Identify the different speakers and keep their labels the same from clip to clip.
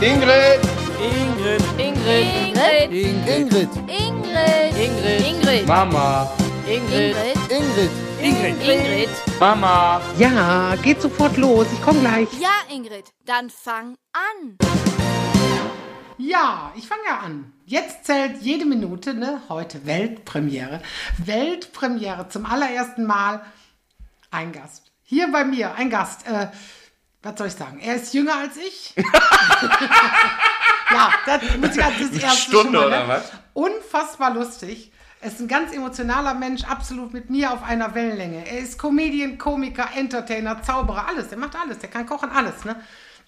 Speaker 1: Ingrid!
Speaker 2: Ingrid.
Speaker 3: Ingrid.
Speaker 4: Ingrid,
Speaker 3: Ingrid.
Speaker 2: Ingrid.
Speaker 3: Ingrid.
Speaker 1: Mama!
Speaker 2: Ingrid.
Speaker 3: Ingrid.
Speaker 4: Ingrid,
Speaker 2: Ingrid.
Speaker 3: Ingrid.
Speaker 1: Mama!
Speaker 5: Ja, geht sofort los. Ich komme gleich.
Speaker 3: Ja, Ingrid, dann fang an.
Speaker 6: Ja, ich fange ja an. Jetzt zählt jede Minute, ne? Heute Weltpremiere. Weltpremiere zum allerersten Mal. Ein Gast. Hier bei mir, ein Gast. Äh, was soll ich sagen? Er ist jünger als ich. ja, das muss ich ganz das erste
Speaker 1: Stunde
Speaker 6: schon mal, ne?
Speaker 1: oder was?
Speaker 6: Unfassbar lustig. Er ist ein ganz emotionaler Mensch, absolut mit mir auf einer Wellenlänge. Er ist Comedian, Komiker, Entertainer, Zauberer, alles. Der macht alles. Der kann kochen, alles. Ne?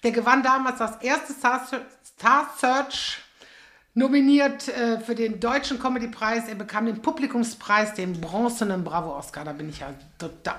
Speaker 6: Der gewann damals das erste Star, Star Search nominiert äh, für den Deutschen Comedy-Preis. Er bekam den Publikumspreis, den bronzenen Bravo-Oscar. Da bin ich ja total.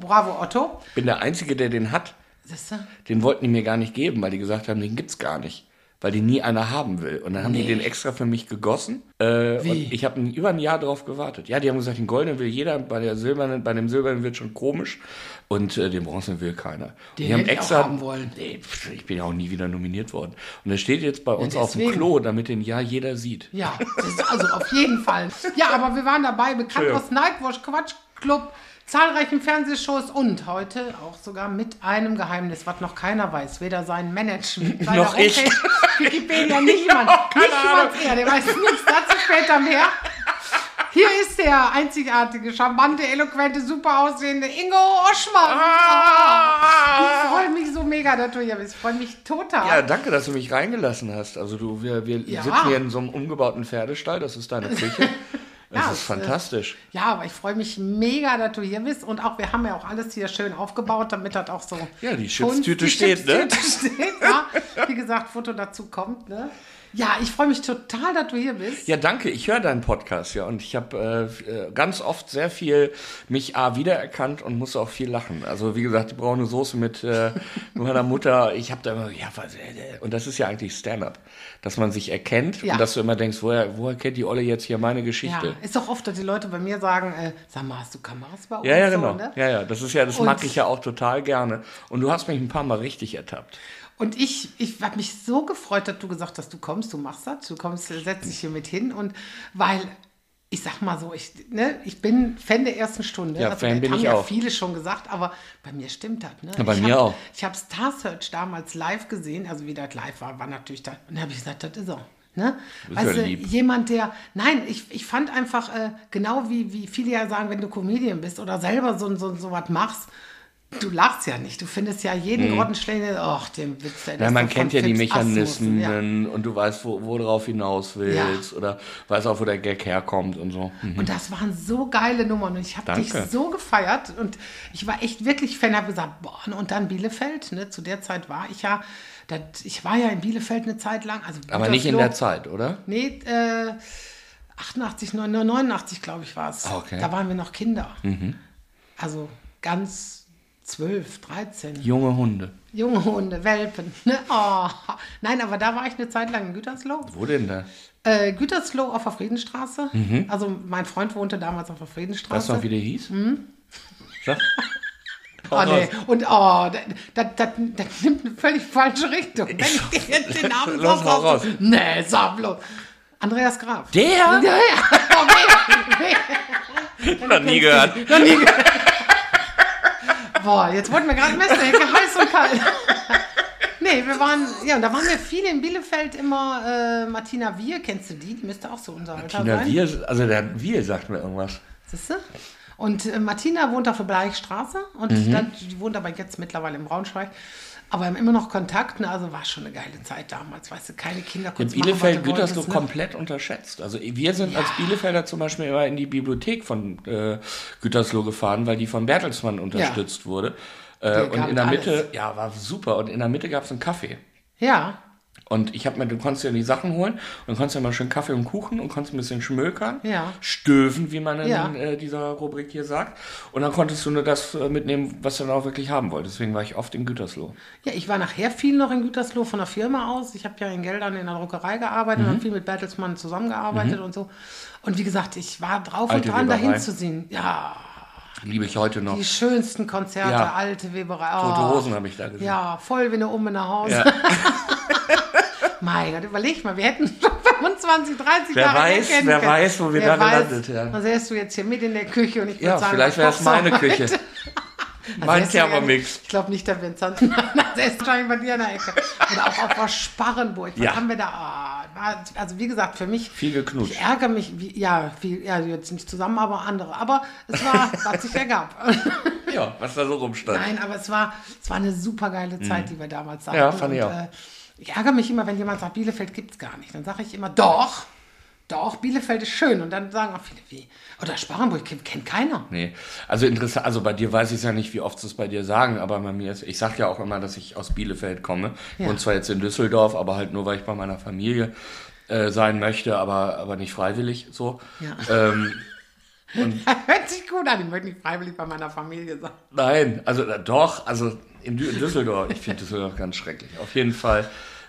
Speaker 6: Bravo Otto.
Speaker 1: Ich bin der Einzige, der den hat.
Speaker 6: Siehst du?
Speaker 1: Den wollten die mir gar nicht geben, weil die gesagt haben, den gibt's gar nicht. Weil den nie einer haben will. Und dann haben die den extra für mich gegossen. Äh, Und ich habe über ein Jahr drauf gewartet. Ja, die haben gesagt, den goldenen will jeder, bei, der silbernen, bei dem silbernen wird schon komisch. Und äh, den bronzenen will keiner. Den die haben
Speaker 6: hätte ich auch haben wollen.
Speaker 1: Nee, pff, ich bin ja auch nie wieder nominiert worden. Und der steht jetzt bei uns auf dem
Speaker 6: deswegen.
Speaker 1: Klo, damit den ja jeder sieht.
Speaker 6: Ja, das ist also auf jeden Fall. Ja, aber wir waren dabei, bekannt aus Nightwatch, Quatsch Club, zahlreichen Fernsehshows und heute auch sogar mit einem Geheimnis, was noch keiner weiß. Weder sein Management, seiner
Speaker 1: Noch ich.
Speaker 6: Wikipedia, niemand. Nichts er, der weiß nichts, dazu später mehr. Hier ist der einzigartige, charmante, eloquente, super aussehende Ingo Oschmann.
Speaker 1: Ah.
Speaker 6: Ich freue mich so mega natürlich, aber ich freue mich total.
Speaker 1: Ja, danke, dass du mich reingelassen hast. Also du, wir, wir
Speaker 6: Ja.
Speaker 1: sitzen hier in so einem umgebauten Pferdestall, das ist deine Küche. Das
Speaker 6: Ja,
Speaker 1: ist
Speaker 6: es, äh,
Speaker 1: fantastisch.
Speaker 6: Ja, aber ich freue mich mega, dass du hier bist. Und auch, wir haben ja auch alles hier schön aufgebaut, damit das auch so.
Speaker 1: Ja, die
Speaker 6: Kunst-
Speaker 1: Chipstüte
Speaker 6: die
Speaker 1: steht, ne?
Speaker 6: Chipstüte steht, ja. Wie gesagt, Foto dazu kommt, ne? Ja, ich freue mich total, dass du hier bist.
Speaker 1: Ja, danke. Ich höre deinen Podcast ja und ich habe äh, äh, ganz oft sehr viel mich A wiedererkannt und musste auch viel lachen. Also wie gesagt, die braune Soße mit äh, meiner Mutter. Ich habe da immer, ja, was, äh, und das ist ja eigentlich Stand-up, dass man sich erkennt
Speaker 6: Ja.
Speaker 1: und dass du immer denkst, woher, woher kennt die Olle jetzt hier meine Geschichte?
Speaker 6: ist doch oft, dass die Leute bei mir sagen, äh, sag mal, hast du Kameras bei uns?
Speaker 1: Ja, ja,
Speaker 6: So,
Speaker 1: genau.
Speaker 6: ne?
Speaker 1: Ja, ja, das ist ja, das
Speaker 6: Und-
Speaker 1: mag ich ja auch total gerne. Und du hast mich ein paar Mal richtig ertappt.
Speaker 6: Und ich, ich habe mich so gefreut, dass du gesagt hast, du kommst, du machst das, du kommst, äh, setz dich hier mit hin. Und weil, ich sag mal so, ich, ne, ich bin Fan der ersten Stunde. Also,
Speaker 1: Ja, Fan
Speaker 6: das
Speaker 1: bin
Speaker 6: haben
Speaker 1: ich
Speaker 6: ja
Speaker 1: auch.
Speaker 6: viele schon gesagt, aber bei mir stimmt das. Ne?
Speaker 1: Ja, bei
Speaker 6: ich
Speaker 1: mir
Speaker 6: hab,
Speaker 1: auch.
Speaker 6: Ich habe Star Search damals live gesehen, also wie das live war, war natürlich da. Und da habe ich gesagt, das ist er. Ne?
Speaker 1: Ist
Speaker 6: Weißt
Speaker 1: ja
Speaker 6: du,
Speaker 1: lieb.
Speaker 6: jemand, der, nein, ich, ich fand einfach, äh, genau wie, wie viele ja sagen, wenn du Comedian bist oder selber so, so, so was machst, du lachst ja nicht. Du findest ja jeden mhm. Grottenschläger, ach, den Witz, der
Speaker 1: Hm. Ja,
Speaker 6: ist
Speaker 1: man
Speaker 6: doch
Speaker 1: kennt
Speaker 6: von
Speaker 1: ja die
Speaker 6: Fips
Speaker 1: Mechanismen
Speaker 6: Asmussen,
Speaker 1: und du weißt, wo, wo drauf hinaus willst oder weißt auch, wo der Gag herkommt und so. Mhm.
Speaker 6: Und das waren so geile Nummern und ich habe dich
Speaker 1: Danke.
Speaker 6: so gefeiert und ich war echt wirklich Fan, habe gesagt, boah, ne, und dann Bielefeld, ne? Zu der Zeit war ich ja, dat, ich war ja in Bielefeld eine Zeit lang. Also
Speaker 1: Aber nicht in
Speaker 6: Gütersloh-
Speaker 1: der Zeit, oder?
Speaker 6: Nee, äh, 88, 89, 89 glaube ich, war es.
Speaker 1: Ah, Okay. Mhm.
Speaker 6: Da waren wir noch Kinder. Also ganz 12, 13.
Speaker 1: Junge Hunde.
Speaker 6: Junge Hunde, Welpen. Ne? Oh. Nein, aber da war ich eine Zeit lang in Gütersloh.
Speaker 1: Wo denn da?
Speaker 6: Äh, Gütersloh auf der Friedenstraße. Also mein Freund wohnte damals auf der
Speaker 1: Weißt du
Speaker 6: Friedenstraße.
Speaker 1: noch, Mhm. wie der hieß? Sag.
Speaker 6: Oh, Hm? nee. Und oh, das, das, das nimmt eine völlig falsche Richtung. Wenn ich dir jetzt den Namen
Speaker 1: Lass mal raus.
Speaker 6: sage, nee, sag bloß. Andreas Graf.
Speaker 1: Der?
Speaker 6: Ja, ja. Oh, nee, nee.
Speaker 1: Noch nie gehört.
Speaker 6: Noch nie ge- Boah, jetzt wurden wir gerade Messerhecke heiß und kalt. Nee, wir waren, ja, und da waren wir viele in Bielefeld immer. Äh, Martina Wir, kennst du die? Die müsste auch so unser Alter
Speaker 1: Na,
Speaker 6: sein.
Speaker 1: wir, also der Wir sagt mir irgendwas.
Speaker 6: Siehst du? Und äh, Martina wohnt auf der Bleichstraße und
Speaker 1: Mhm.
Speaker 6: dann, die wohnt aber jetzt mittlerweile in Braunschweig. Aber wir haben immer noch Kontakt, ne? also war schon eine geile Zeit damals, weißt du, keine Kinder
Speaker 1: In
Speaker 6: kurz machen,
Speaker 1: Bielefeld
Speaker 6: was du
Speaker 1: Gütersloh
Speaker 6: wolltest, ne?
Speaker 1: komplett unterschätzt. Also wir sind als Bielefelder zum Beispiel immer in die Bibliothek von äh, Gütersloh gefahren, weil die von Bertelsmann unterstützt wurde. Äh,
Speaker 6: Der
Speaker 1: und
Speaker 6: gab
Speaker 1: in der
Speaker 6: alles.
Speaker 1: Mitte, ja, war super. Und in der Mitte gab es einen Kaffee.
Speaker 6: Ja,
Speaker 1: Und ich habe mir, du konntest ja die Sachen holen und konntest ja mal schön Kaffee und Kuchen und konntest ein bisschen schmökern.
Speaker 6: Ja.
Speaker 1: Stöven, wie man in
Speaker 6: Ja.
Speaker 1: äh, dieser Rubrik hier sagt. Und dann konntest du nur das äh, mitnehmen, was du dann auch wirklich haben wolltest. Deswegen war ich oft in Gütersloh.
Speaker 6: Ja, ich war nachher viel noch in Gütersloh von der Firma aus. Ich habe ja in Geldern in der Druckerei gearbeitet
Speaker 1: Mhm.
Speaker 6: und habe viel mit Bertelsmann zusammengearbeitet und so. Und wie gesagt, ich war drauf
Speaker 1: Alte
Speaker 6: und dran,
Speaker 1: Weberei.
Speaker 6: dahin zu sehen. Ja,
Speaker 1: Liebe ich heute noch.
Speaker 6: die schönsten Konzerte,
Speaker 1: Ja.
Speaker 6: alte Weberei. Oh.
Speaker 1: Tote Hosen habe ich da gesehen.
Speaker 6: Ja, voll wie eine Umme nach Hause.
Speaker 1: Ja.
Speaker 6: Mein Gott, überleg mal, wir hätten schon 25, 30
Speaker 1: Wer
Speaker 6: Jahre
Speaker 1: weiß,
Speaker 6: kennen
Speaker 1: wer
Speaker 6: können.
Speaker 1: weiß, wo wir da gelandet wären.
Speaker 6: Dann säßt du jetzt hier mit in der Küche und ich würde
Speaker 1: Ja,
Speaker 6: sagen,
Speaker 1: vielleicht wäre es meine Küche.
Speaker 6: Also
Speaker 1: mein Thermomix.
Speaker 6: Ich glaube nicht, dass wir in 20 Das ist wahrscheinlich bei dir in der Ecke. Oder auch auf was Sparrenburg. Was
Speaker 1: Ja.
Speaker 6: haben wir da? Ah, war- also wie gesagt, für mich...
Speaker 1: Viel geknutscht.
Speaker 6: Ich ärgere mich, wie, ja, viel, ja, jetzt nicht zusammen, aber andere. Aber es war, was sich ergab.
Speaker 1: Ja, was da so rumstand.
Speaker 6: Nein, aber es war, es war eine super geile Zeit, die wir damals hatten.
Speaker 1: Mhm. Ja, fand ich
Speaker 6: Und,
Speaker 1: auch.
Speaker 6: Äh, ich ärgere mich immer, wenn jemand sagt, Bielefeld gibt es gar nicht. Dann sage ich immer, doch, doch, Bielefeld ist schön. Und dann sagen auch viele, wie? Oder Sparrenburg kennt, kennt keiner.
Speaker 1: Nee, also interessant, also bei dir weiß ich ja nicht, wie oft sie es bei dir sagen, aber bei mir ist, ich sag ja auch immer, dass ich aus Bielefeld komme.
Speaker 6: Ja.
Speaker 1: Und zwar jetzt in Düsseldorf, aber halt nur, weil ich bei meiner Familie äh, sein möchte, aber, aber nicht freiwillig so.
Speaker 6: Ja.
Speaker 1: Ähm,
Speaker 6: Hört sich gut an. Ich möchte nicht freiwillig bei meiner Familie sein.
Speaker 1: nein, also äh, doch, also in, Dü in Düsseldorf, ich finde Düsseldorf ganz schrecklich. Auf jeden Fall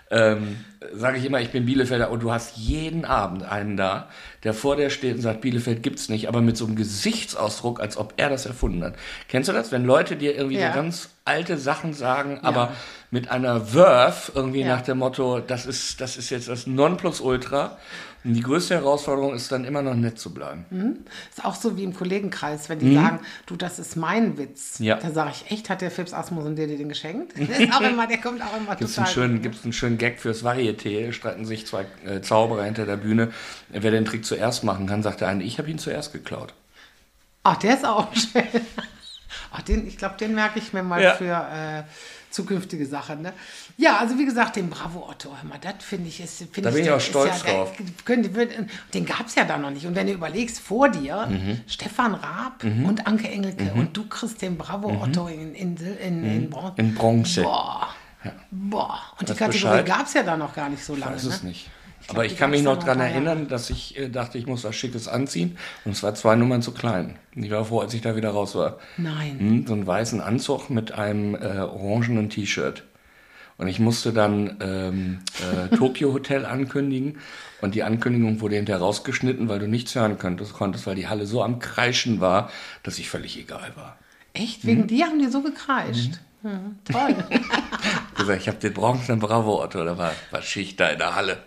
Speaker 1: ähm, sage ich immer, ich bin Bielefelder und du hast jeden Abend einen da, der vor dir steht und sagt, Bielefeld gibt's nicht, aber mit so einem Gesichtsausdruck, als ob er das erfunden hat. Kennst du das, wenn Leute dir irgendwie
Speaker 6: Ja.
Speaker 1: so ganz alte Sachen sagen, aber mit einer Verve irgendwie
Speaker 6: Ja.
Speaker 1: nach dem Motto, das ist, das ist jetzt das Nonplusultra. Und die größte Herausforderung ist dann immer noch nett zu bleiben.
Speaker 6: Ist auch so wie im Kollegenkreis, wenn die sagen, du, das ist mein Witz.
Speaker 1: Mhm. Ja.
Speaker 6: Dann sage ich, echt, hat der Phipps Asmussen dir den geschenkt? Das ist auch immer, der kommt auch immer
Speaker 1: Gibt es einen,
Speaker 6: total
Speaker 1: schönen-
Speaker 6: gut. ne?
Speaker 1: gibt's einen schönen Gag fürs Varieté? Streiten sich zwei äh, Zauberer hinter der Bühne. Wer den Trick zuerst machen kann, sagt der eine, ich habe ihn zuerst geklaut.
Speaker 6: Ach, der ist auch schön. Ach, den, ich glaube, den merke ich mir mal
Speaker 1: Ja.
Speaker 6: für äh, zukünftige Sachen. Ne? Ja, also wie gesagt, den Bravo Otto, hör mal, das finde ich, ist, find
Speaker 1: Da
Speaker 6: ich,
Speaker 1: bin ich
Speaker 6: der
Speaker 1: auch
Speaker 6: ist
Speaker 1: stolz
Speaker 6: ja, der-
Speaker 1: drauf.
Speaker 6: Können, die- würden- den gab es ja da noch nicht. Und wenn du überlegst, vor dir
Speaker 1: Mhm.
Speaker 6: Stefan Raab und Anke Engelke und du kriegst den Bravo Otto in, in, in, in Bronze.
Speaker 1: Mhm. In Bronze.
Speaker 6: Boah. Boah. Und die
Speaker 1: Weißt
Speaker 6: Kategorie
Speaker 1: Bescheid?
Speaker 6: gab es ja da noch gar nicht so lange.
Speaker 1: Weiß es
Speaker 6: ne?
Speaker 1: nicht.
Speaker 6: glaub,
Speaker 1: Aber
Speaker 6: die
Speaker 1: ich kann
Speaker 6: gab's
Speaker 1: mich
Speaker 6: da
Speaker 1: noch
Speaker 6: noch
Speaker 1: dran
Speaker 6: drei Jahre.
Speaker 1: erinnern, dass ich äh, dachte, ich muss was Schickes anziehen. Und es war zwei Nummern zu klein. Ich war froh, als ich da wieder raus war.
Speaker 6: ne? Nein.
Speaker 1: Hm, so einen weißen Anzug mit einem äh, orangenen T-Shirt. Und ich musste dann ähm, äh, Tokyo Hotel ankündigen. Und die Ankündigung wurde hinterher rausgeschnitten, weil du nichts hören könntest, konntest, weil die Halle so am Kreischen war, dass ich völlig egal war.
Speaker 6: Echt? Wegen
Speaker 1: Mhm.
Speaker 6: dir haben die so gekreischt. Mhm. Toll.
Speaker 1: Ich hab gesagt, ich habe den bronzenen Bravo-Otto, da war, war Schicht da in der Halle.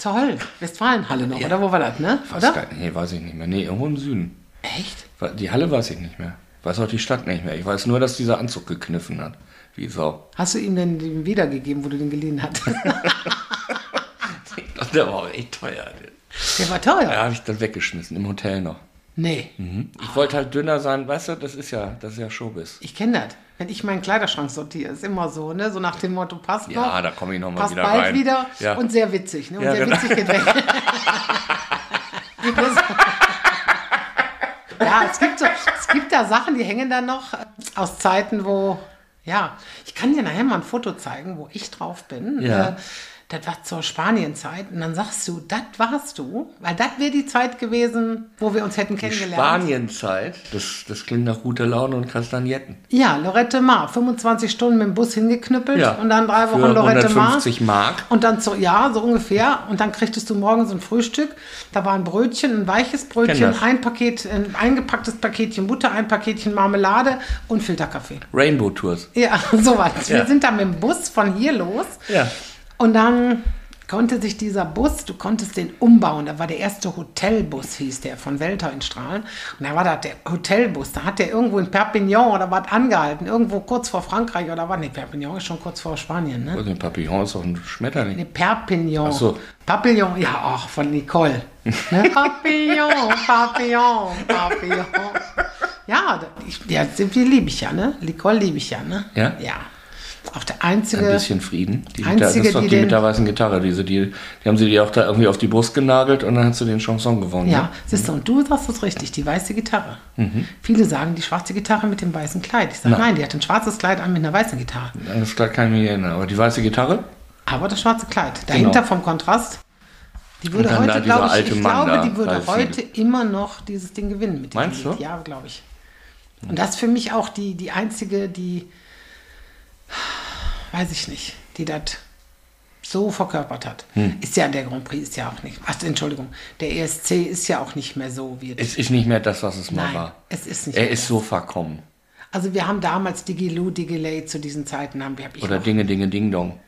Speaker 6: Toll. Westfalenhalle noch, oder? Wo war das, ne?
Speaker 1: Weiß
Speaker 6: Oder?
Speaker 1: gar nicht, nee, weiß ich nicht mehr. Nee, irgendwo im Süden.
Speaker 6: Echt?
Speaker 1: Wa- Die Halle weiß ich nicht mehr. Weiß auch die Stadt nicht mehr. Ich weiß nur, dass dieser Anzug gekniffen hat. Wie Sau.
Speaker 6: Hast du ihm denn den wiedergegeben, wo du den geliehen hattest?
Speaker 1: Der war auch echt teuer.
Speaker 6: Der war teuer.
Speaker 1: Da habe ich dann weggeschmissen, im Hotel noch.
Speaker 6: Nee,
Speaker 1: Ich wollte halt dünner sein, weißt du, das ist ja, das ist ja Showbiz.
Speaker 6: ich kenne das. Wenn ich meinen Kleiderschrank sortiere, ist immer so, ne? So nach dem Motto, passt
Speaker 1: Ja,
Speaker 6: noch.
Speaker 1: da komme ich noch mal
Speaker 6: passt
Speaker 1: wieder
Speaker 6: bald
Speaker 1: rein.
Speaker 6: wieder
Speaker 1: Ja.
Speaker 6: und sehr witzig, ne? Und
Speaker 1: Ja,
Speaker 6: sehr
Speaker 1: genau.
Speaker 6: witzig geht weg. Das- ja, es gibt, so, es gibt da Sachen, die hängen dann noch äh, aus Zeiten, wo, ja, ich kann dir nachher mal ein Foto zeigen, wo ich drauf bin.
Speaker 1: Ja.
Speaker 6: Äh, das war zur Spanienzeit und dann sagst du, das warst du, weil das wäre die Zeit gewesen, wo wir uns hätten
Speaker 1: Die
Speaker 6: kennengelernt.
Speaker 1: Spanienzeit, das, das klingt nach guter Laune und Kastagnetten.
Speaker 6: Ja, Lorette Mar, 25 Stunden mit dem Bus hingeknüppelt
Speaker 1: Ja.
Speaker 6: und dann drei Wochen
Speaker 1: Für
Speaker 6: Lorette Mar.
Speaker 1: 150 Mark.
Speaker 6: Und dann so, ja, so ungefähr. Und dann kriegtest du morgens ein Frühstück. Da war ein Brötchen, ein weiches Brötchen,
Speaker 1: Kenn das.
Speaker 6: ein Paket, ein eingepacktes Paketchen Butter, ein Paketchen Marmelade und Filterkaffee.
Speaker 1: Rainbow Tours.
Speaker 6: Ja, sowas. Wir
Speaker 1: Ja.
Speaker 6: sind dann mit dem Bus von hier los.
Speaker 1: Ja.
Speaker 6: Und dann konnte sich dieser Bus, du konntest den umbauen. Da war der erste Hotelbus, hieß der, von Welter in Strahlen. Und da war da der Hotelbus. Da hat der irgendwo in Perpignan oder was angehalten. Irgendwo kurz vor Frankreich oder was. Nee, Perpignan ist schon kurz vor Spanien, ne?
Speaker 1: Also ein Papillon ist doch ein Schmetterling.
Speaker 6: Nee, Perpignan.
Speaker 1: Ach so.
Speaker 6: Papillon, ja, auch von Nicole. Ne? Papillon, Papillon, Papillon. Ja, da- ich, ja, die liebe ich ja, ne? Nicole liebe ich ja, ne?
Speaker 1: Ja?
Speaker 6: Ja. Auch der
Speaker 1: Ein
Speaker 6: einzige.
Speaker 1: bisschen Frieden. Die mit der, das
Speaker 6: einzige,
Speaker 1: ist doch
Speaker 6: die
Speaker 1: die, mit
Speaker 6: den-
Speaker 1: der weißen Gitarre. Diese, die, die haben sie dir auch da irgendwie auf die Brust genagelt und dann hast du den Chanson gewonnen.
Speaker 6: Ja,
Speaker 1: ne?
Speaker 6: siehst du, und du sagst es richtig, die weiße Gitarre.
Speaker 1: Mhm.
Speaker 6: Viele sagen die schwarze Gitarre mit dem weißen Kleid. Ich sage, nein. die hat ein schwarzes Kleid an mit einer weißen Gitarre.
Speaker 1: Das klar kann ich mich erinnern. Aber die weiße Gitarre?
Speaker 6: Aber das schwarze Kleid. Dahinter vom Kontrast. Die würde
Speaker 1: Genau. dann da
Speaker 6: heute,
Speaker 1: dieser
Speaker 6: glaube ich,
Speaker 1: alte
Speaker 6: ich
Speaker 1: Mann
Speaker 6: glaube,
Speaker 1: da,
Speaker 6: die würde
Speaker 1: Ralf Siegel.
Speaker 6: heute immer noch dieses Ding gewinnen mit dem
Speaker 1: Meinst
Speaker 6: Lied.
Speaker 1: du?
Speaker 6: Ja, glaube ich. Und das ist für mich auch die, die einzige, die, weiß ich nicht, die das so verkörpert hat.
Speaker 1: Hm.
Speaker 6: Ist ja der Grand Prix, ist ja auch nicht. Ach, Entschuldigung, der ESC ist ja auch nicht mehr so wie es
Speaker 1: Es ist nicht mehr das, was es mal
Speaker 6: Nein,
Speaker 1: war.
Speaker 6: es ist nicht
Speaker 1: Er
Speaker 6: mehr
Speaker 1: ist
Speaker 6: das.
Speaker 1: so verkommen.
Speaker 6: Also wir haben damals Digilu, Digilay zu diesen Zeiten haben wir hab ich
Speaker 1: Oder
Speaker 6: noch,
Speaker 1: Dinge, Dinge, Ding Dong.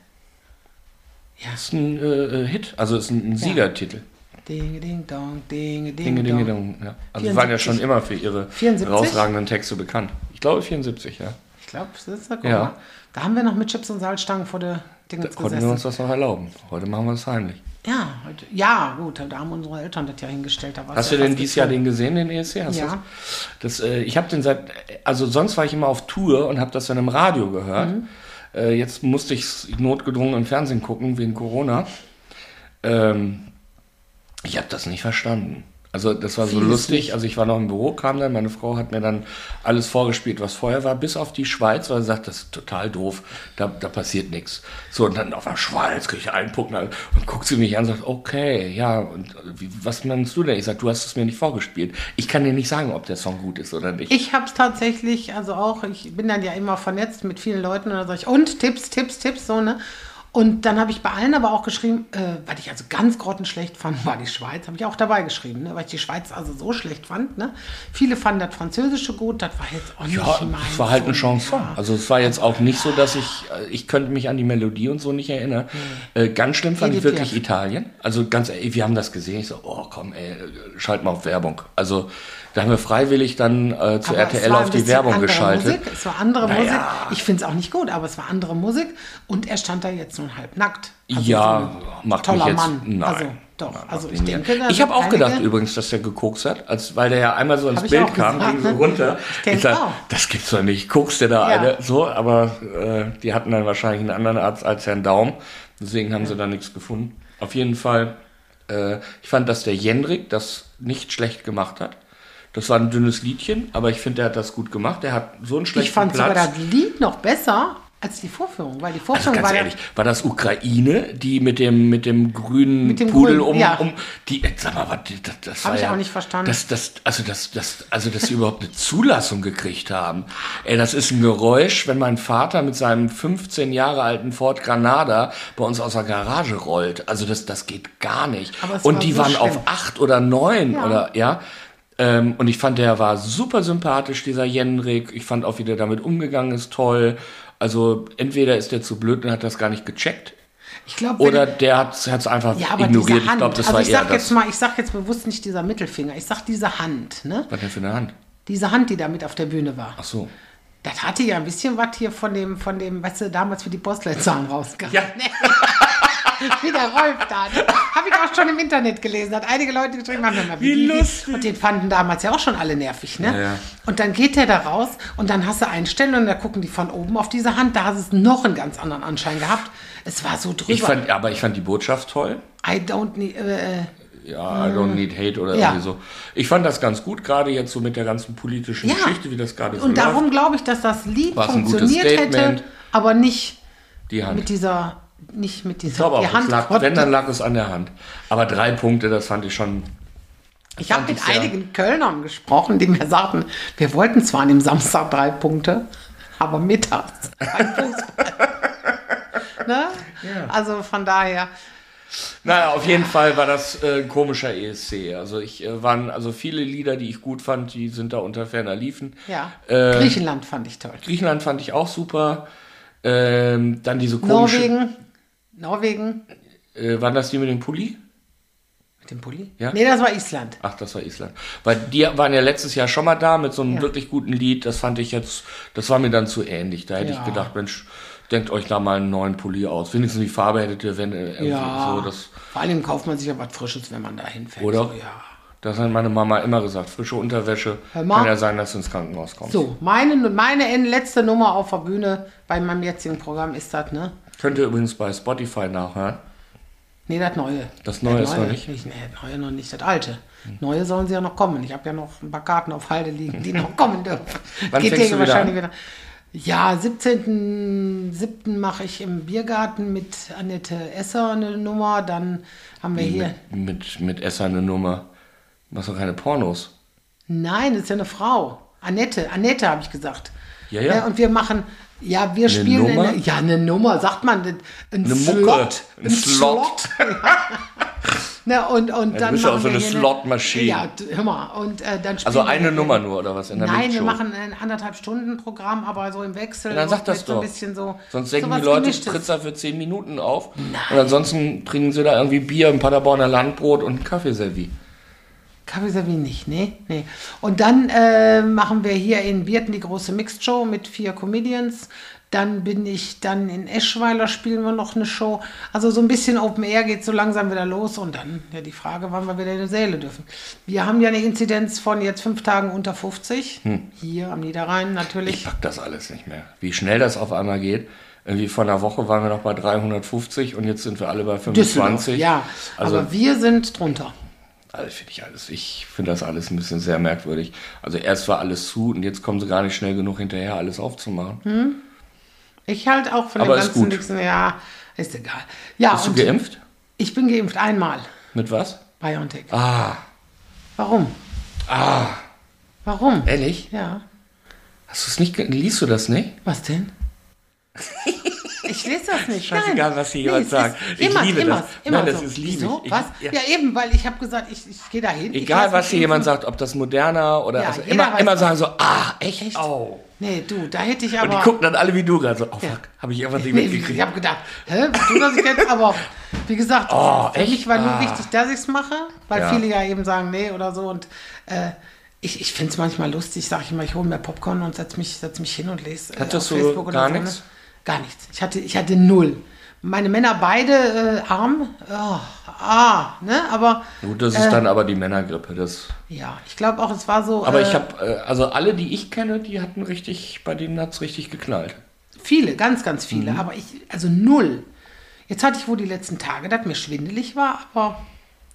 Speaker 1: Ja. Ist ein äh, äh, Hit, also ist ein, ein Siegertitel.
Speaker 6: Ding, ding, dong, ding, ding,
Speaker 1: Dinge, Dinge,
Speaker 6: dong.
Speaker 1: Dinge. Ja. Also die waren ja schon
Speaker 6: 74.
Speaker 1: immer für ihre
Speaker 6: 74?
Speaker 1: herausragenden Texte bekannt. Ich glaube 74, ja.
Speaker 6: Ich glaube, das ist ja,
Speaker 1: Ja.
Speaker 6: ja. Da haben wir noch mit Chips und Salzstangen vor der
Speaker 1: Da
Speaker 6: Dingens
Speaker 1: konnten wir
Speaker 6: gesessen.
Speaker 1: uns das noch erlauben. Heute machen wir das heimlich.
Speaker 6: Ja, heute, ja, gut, da haben unsere Eltern das ja hingestellt. Da war's
Speaker 1: Hast
Speaker 6: ja
Speaker 1: du denn
Speaker 6: fast
Speaker 1: dieses Jahr
Speaker 6: gezwungen.
Speaker 1: den gesehen, den ESC? Hast
Speaker 6: Ja.
Speaker 1: Das, das, äh, ich habe den seit, also sonst war ich immer auf Tour und habe das dann im Radio gehört.
Speaker 6: Mhm.
Speaker 1: Äh, jetzt musste ich notgedrungen im Fernsehen gucken wegen Corona. Ähm, ich habe das nicht verstanden. Also das war so
Speaker 6: Vieles
Speaker 1: lustig.
Speaker 6: nicht.
Speaker 1: Also ich war noch im Büro, kam dann, meine Frau hat mir dann alles vorgespielt, was vorher war, bis auf die Schweiz, weil sie sagt, das ist total doof, da, da passiert nichts. So, und dann auf der Schweiz kriege ich einen Puck und dann guckt sie mich an und sagt, okay, ja, und wie, was meinst du denn? Ich sage, du hast es mir nicht vorgespielt. Ich kann dir nicht sagen, ob der Song gut ist oder nicht.
Speaker 6: Ich habe es tatsächlich, also auch, ich bin dann ja immer vernetzt mit vielen Leuten oder solch. Und Tipps, Tipps, Tipps, so, ne? Und dann habe ich bei allen aber auch geschrieben, äh, weil ich also ganz grottenschlecht fand, war die Schweiz, habe ich auch dabei geschrieben, ne? weil ich die Schweiz also so schlecht fand. Ne? Viele fanden das Französische gut, das war jetzt auch nicht
Speaker 1: ja,
Speaker 6: meins,
Speaker 1: es war halt
Speaker 6: so,
Speaker 1: ein Chanson.
Speaker 6: ja.
Speaker 1: Also es war jetzt auch nicht so, dass ich, äh, ich könnte mich an die Melodie und so nicht erinnern. Äh, ganz schlimm fand ich
Speaker 6: Hm. Edith
Speaker 1: wirklich
Speaker 6: Piaf.
Speaker 1: Italien. Also ganz, ehrlich, wir haben das gesehen. Ich so, oh komm, ey, schalt mal auf Werbung. Also da haben wir freiwillig dann äh,
Speaker 6: Aber es
Speaker 1: zu RTL
Speaker 6: war ein
Speaker 1: auf die
Speaker 6: bisschen
Speaker 1: Werbung
Speaker 6: andere
Speaker 1: geschaltet.
Speaker 6: Musik. Es war andere
Speaker 1: Naja.
Speaker 6: Musik. Ich finde es auch nicht gut, aber es war andere Musik. Und er stand da jetzt nun halb nackt. Also
Speaker 1: Ja,
Speaker 6: ein
Speaker 1: macht
Speaker 6: toller
Speaker 1: mich jetzt-
Speaker 6: Mann.
Speaker 1: nein.
Speaker 6: Also doch. also ich denke, da
Speaker 1: Ich
Speaker 6: sind
Speaker 1: habe auch gedacht
Speaker 6: einige-
Speaker 1: übrigens, dass der gekokst hat, als, weil der ja einmal so ins
Speaker 6: Hab ich
Speaker 1: Bild
Speaker 6: auch
Speaker 1: kam,
Speaker 6: gesagt,
Speaker 1: ging so
Speaker 6: ne?
Speaker 1: runter.
Speaker 6: Ich
Speaker 1: Ich,
Speaker 6: denk
Speaker 1: sag,
Speaker 6: auch.
Speaker 1: das gibt's doch nicht. Guckst der da
Speaker 6: Ja.
Speaker 1: eine so, aber äh, die hatten dann wahrscheinlich einen anderen Arzt als Herrn Daum. Deswegen haben sie da nichts gefunden. Auf jeden Fall, äh, ich fand, dass der Jendrik das nicht schlecht gemacht hat. Das war ein dünnes Liedchen, aber ich finde, der hat das gut gemacht. Der hat so einen schlechten
Speaker 6: Ich fand
Speaker 1: Platz.
Speaker 6: sogar das Lied noch besser als die Vorführung, weil die
Speaker 1: Also
Speaker 6: Vorführung
Speaker 1: ganz
Speaker 6: war
Speaker 1: ehrlich, war das Ukraine, die mit dem, mit dem grünen
Speaker 6: Mit dem
Speaker 1: Pudel
Speaker 6: grünen,
Speaker 1: um,
Speaker 6: ja.
Speaker 1: um die, sag mal, was, das, das
Speaker 6: Hab
Speaker 1: war
Speaker 6: ich
Speaker 1: ja,
Speaker 6: auch nicht verstanden.
Speaker 1: Das, das, also, das, das, also, dass sie überhaupt eine Zulassung gekriegt haben. Ey, das ist ein Geräusch, wenn mein Vater mit seinem 15 Jahre alten Ford Granada bei uns aus der Garage rollt. Also, das, das geht gar nicht.
Speaker 6: Aber es
Speaker 1: Und
Speaker 6: war
Speaker 1: die
Speaker 6: so
Speaker 1: waren
Speaker 6: schlimm.
Speaker 1: auf acht oder neun
Speaker 6: Ja.
Speaker 1: oder, ja. Ähm, und ich fand, der war super sympathisch, dieser Jenrik. Ich fand auch, wie der damit umgegangen ist, toll. Also entweder ist der zu blöd und hat das gar nicht gecheckt.
Speaker 6: ja, ich glaube,
Speaker 1: Oder der hat es einfach
Speaker 6: ja, aber
Speaker 1: ignoriert.
Speaker 6: diese Hand,
Speaker 1: Ich glaube, das
Speaker 6: also
Speaker 1: war
Speaker 6: ich
Speaker 1: eher
Speaker 6: sag
Speaker 1: das.
Speaker 6: jetzt mal, ich sag jetzt bewusst nicht dieser Mittelfinger, ich sag diese Hand, ne?
Speaker 1: Was denn für eine Hand?
Speaker 6: Diese Hand, die da mit auf der Bühne war.
Speaker 1: Ach so.
Speaker 6: Das hatte ja ein bisschen was hier von dem, von dem, weißt du, damals für die Postleitzahlen rausgegangen.
Speaker 1: Ja.
Speaker 6: Wie der Rolf da. ne? Habe ich auch schon im Internet gelesen. Hat einige Leute geschrieben, haben wir mal
Speaker 1: Wie lustig.
Speaker 6: Und den fanden damals ja auch schon alle nervig, ne?
Speaker 1: Ja, ja.
Speaker 6: Und dann geht der da raus und dann hast du Einstellungen und da gucken die von oben auf diese Hand. Da hast es noch einen ganz anderen Anschein gehabt. Es war so drüber.
Speaker 1: Ich fand, aber ich fand die Botschaft toll.
Speaker 6: I don't need, äh, äh,
Speaker 1: Ja, I don't need hate oder
Speaker 6: Mm. Ja.
Speaker 1: irgendwie so. Ich fand das ganz gut, gerade jetzt so mit der ganzen politischen
Speaker 6: ja.
Speaker 1: Geschichte, wie das gerade so
Speaker 6: Und
Speaker 1: läuft.
Speaker 6: darum glaube ich, dass das Lied
Speaker 1: War's ein gutes
Speaker 6: funktioniert hätte,
Speaker 1: Statement.
Speaker 6: aber nicht
Speaker 1: Die Hand.
Speaker 6: mit dieser, nicht mit dieser,
Speaker 1: ich glaube
Speaker 6: die
Speaker 1: auch, es lag,
Speaker 6: Gott,
Speaker 1: wenn, dann lag es an der Hand. Aber drei Punkte, das fand ich schon
Speaker 6: Ich habe
Speaker 1: Fand ich
Speaker 6: mit
Speaker 1: sehr-
Speaker 6: einigen Kölnern gesprochen, die mir sagten, wir wollten zwar an dem Samstag drei Punkte, aber mittags beim Fußball. ne? Also von daher,
Speaker 1: Naja, auf jeden Fall war das äh, ein komischer ESC. Also ich äh, waren also viele Lieder, die ich gut fand, die sind da unter ferner liefen.
Speaker 6: ja.
Speaker 1: Äh,
Speaker 6: Griechenland fand ich toll.
Speaker 1: Griechenland fand ich auch super. Ähm, dann diese komische.
Speaker 6: Norwegen, Norwegen
Speaker 1: Äh, waren das die mit dem Pulli?
Speaker 6: mit dem Pulli?
Speaker 1: Ja.
Speaker 6: Nee, das war Island.
Speaker 1: Ach, das war Island. Weil die waren ja letztes Jahr schon mal da mit so einem wirklich guten Lied. Das fand ich jetzt, das war mir dann zu ähnlich. Da hätte
Speaker 6: Ja.
Speaker 1: ich gedacht, Mensch, denkt euch da mal einen neuen Pulli aus. Wenigstens die Farbe hättet ihr, wenn äh, irgendwie
Speaker 6: Ja.
Speaker 1: so das.
Speaker 6: Vor allem kauft man sich ja was Frisches, wenn man da hinfährt.
Speaker 1: Oder?
Speaker 6: So, ja.
Speaker 1: Das hat meine Mama immer gesagt. Frische Unterwäsche.
Speaker 6: Hör mal.
Speaker 1: Kann ja sein, dass du ins Krankenhaus kommst.
Speaker 6: So, meine, meine letzte Nummer auf der Bühne bei meinem jetzigen Programm ist das, ne?
Speaker 1: Könnt ihr übrigens bei Spotify nachhören.
Speaker 6: Nee, das Neue.
Speaker 1: Das Neue
Speaker 6: das
Speaker 1: ist noch nicht?
Speaker 6: Nee, das Neue noch nicht, das Alte. Neue sollen sie ja noch kommen. Ich habe ja noch ein paar Karten auf Halde liegen, die noch kommen dürfen.
Speaker 1: Wann
Speaker 6: Geht
Speaker 1: fängst
Speaker 6: ja
Speaker 1: du wieder
Speaker 6: wahrscheinlich wieder. Ja, 17.07. mache ich im Biergarten mit Annette Esser eine Nummer. Dann haben wir hier.
Speaker 1: Mit, mit, mit Esser eine Nummer. Du machst doch keine Pornos.
Speaker 6: Nein, das ist ja eine Frau. Annette, Annette habe ich gesagt. Ne,
Speaker 1: Ja, ja.
Speaker 6: Und wir machen, ja, wir spielen
Speaker 1: Nummer?
Speaker 6: Eine, ja eine Nummer, sagt man, ein, ein
Speaker 1: Eine Mucke,
Speaker 6: Slot,
Speaker 1: ein Slot.
Speaker 6: Ne, und, und
Speaker 1: du
Speaker 6: dann
Speaker 1: bist ja auch
Speaker 6: machen
Speaker 1: so
Speaker 6: wir
Speaker 1: eine
Speaker 6: hier eine-
Speaker 1: Slot-Maschine.
Speaker 6: Ja, d- hör mal. Und, äh, dann
Speaker 1: Also
Speaker 6: spielen wir
Speaker 1: eine
Speaker 6: hier-
Speaker 1: Nummer nur oder was in der
Speaker 6: Nein, wir
Speaker 1: Milchshow?
Speaker 6: machen ein anderthalb Stunden Programm, aber so im Wechsel.
Speaker 1: Ja, dann
Speaker 6: und
Speaker 1: sag das
Speaker 6: mit so
Speaker 1: doch.
Speaker 6: Ein bisschen so,
Speaker 1: Sonst denken
Speaker 6: sowas
Speaker 1: die Leute,
Speaker 6: Gemischtes.
Speaker 1: Pritzer für 10 Minuten auf. Und ansonsten trinken sie da irgendwie Bier, ein Paderborner Landbrot und ein Kaffeeservie.
Speaker 6: Kaffeeservie nicht, nee, nee. Und dann äh, machen wir hier in Birten die große Mixed Show mit vier Comedians. Dann bin ich dann in Eschweiler spielen wir noch eine Show. Also so ein bisschen Open Air geht so langsam wieder los und dann ja die Frage, wann wir wieder in die Säle dürfen. Wir haben ja eine Inzidenz von jetzt fünf Tagen unter 50 hier am Niederrhein
Speaker 1: Hm. Ich
Speaker 6: natürlich.
Speaker 1: pack das alles nicht mehr. Wie schnell das auf einmal geht. Irgendwie vor einer Woche waren wir noch bei 350 und jetzt sind wir alle bei 25.
Speaker 6: ja.
Speaker 1: Also,
Speaker 6: aber wir sind drunter.
Speaker 1: also finde ich alles. Ich finde das alles ein bisschen sehr merkwürdig. Also erst war alles zu und jetzt kommen sie gar nicht schnell genug hinterher, alles aufzumachen.
Speaker 6: Hm. Ich halt auch von
Speaker 1: Aber
Speaker 6: dem
Speaker 1: ist
Speaker 6: ganzen
Speaker 1: gut.
Speaker 6: Dixen, ja, ist egal. Ja,
Speaker 1: Bist du
Speaker 6: und
Speaker 1: geimpft?
Speaker 6: ich bin geimpft einmal.
Speaker 1: Mit was?
Speaker 6: Biontech.
Speaker 1: Ah,
Speaker 6: Warum? Ah. Warum?
Speaker 1: ehrlich?
Speaker 6: Ja.
Speaker 1: Hast du es nicht, ge- liest du das nicht?
Speaker 6: Was denn? Ich lese das nicht.
Speaker 1: Scheißegal,
Speaker 6: nein.
Speaker 1: was hier jemand
Speaker 6: es
Speaker 1: sagt.
Speaker 6: Ist
Speaker 1: Ich
Speaker 6: immer,
Speaker 1: liebe
Speaker 6: immer,
Speaker 1: das.
Speaker 6: Immer
Speaker 1: Nein, das
Speaker 6: so.
Speaker 1: ist lieb.
Speaker 6: Wieso?
Speaker 1: Ich-
Speaker 6: Was?
Speaker 1: ja.
Speaker 6: Ja. eben, weil ich habe gesagt, ich, ich gehe da hin. ich
Speaker 1: Egal,
Speaker 6: lass
Speaker 1: was
Speaker 6: mich
Speaker 1: hier jemand
Speaker 6: impfen.
Speaker 1: sagt, ob das Moderna oder
Speaker 6: Ja,
Speaker 1: also
Speaker 6: jeder
Speaker 1: immer,
Speaker 6: weiß
Speaker 1: immer
Speaker 6: das.
Speaker 1: sagen so, ah, echt? Au.
Speaker 6: Nee, du, da hätte ich
Speaker 1: Und
Speaker 6: aber.
Speaker 1: die gucken dann alle wie du gerade so, oh
Speaker 6: Ja.
Speaker 1: fuck, habe ich irgendwas nicht
Speaker 6: nee,
Speaker 1: mitgekriegt.
Speaker 6: ich habe gedacht, hä, was du das jetzt? Aber wie gesagt,
Speaker 1: Oh,
Speaker 6: für mich
Speaker 1: echt?
Speaker 6: war nur
Speaker 1: Ah.
Speaker 6: wichtig, dass ich es mache, weil
Speaker 1: Ja.
Speaker 6: viele ja eben sagen, nee oder so. Und äh, ich, ich finde es manchmal lustig, sage ich immer, ich hole mir Popcorn und setze mich, setz mich hin und lese. äh,
Speaker 1: Hattest
Speaker 6: auf
Speaker 1: du
Speaker 6: Facebook
Speaker 1: gar
Speaker 6: oder so,
Speaker 1: nichts?
Speaker 6: Ne? Gar nichts. Ich hatte, ich hatte null. Meine Männer beide äh, arm. Ah, ah, ne? Aber
Speaker 1: Gut, das ist
Speaker 6: Äh.
Speaker 1: dann aber die Männergrippe. Das.
Speaker 6: ja, ich glaube auch, es war so.
Speaker 1: Aber
Speaker 6: äh,
Speaker 1: ich habe, äh, also alle, die ich kenne, die hatten richtig, bei denen hat's richtig geknallt.
Speaker 6: Viele, ganz, ganz viele.
Speaker 1: Mhm.
Speaker 6: Aber ich, also null. Jetzt hatte ich wohl die letzten Tage, dass mir schwindelig war, aber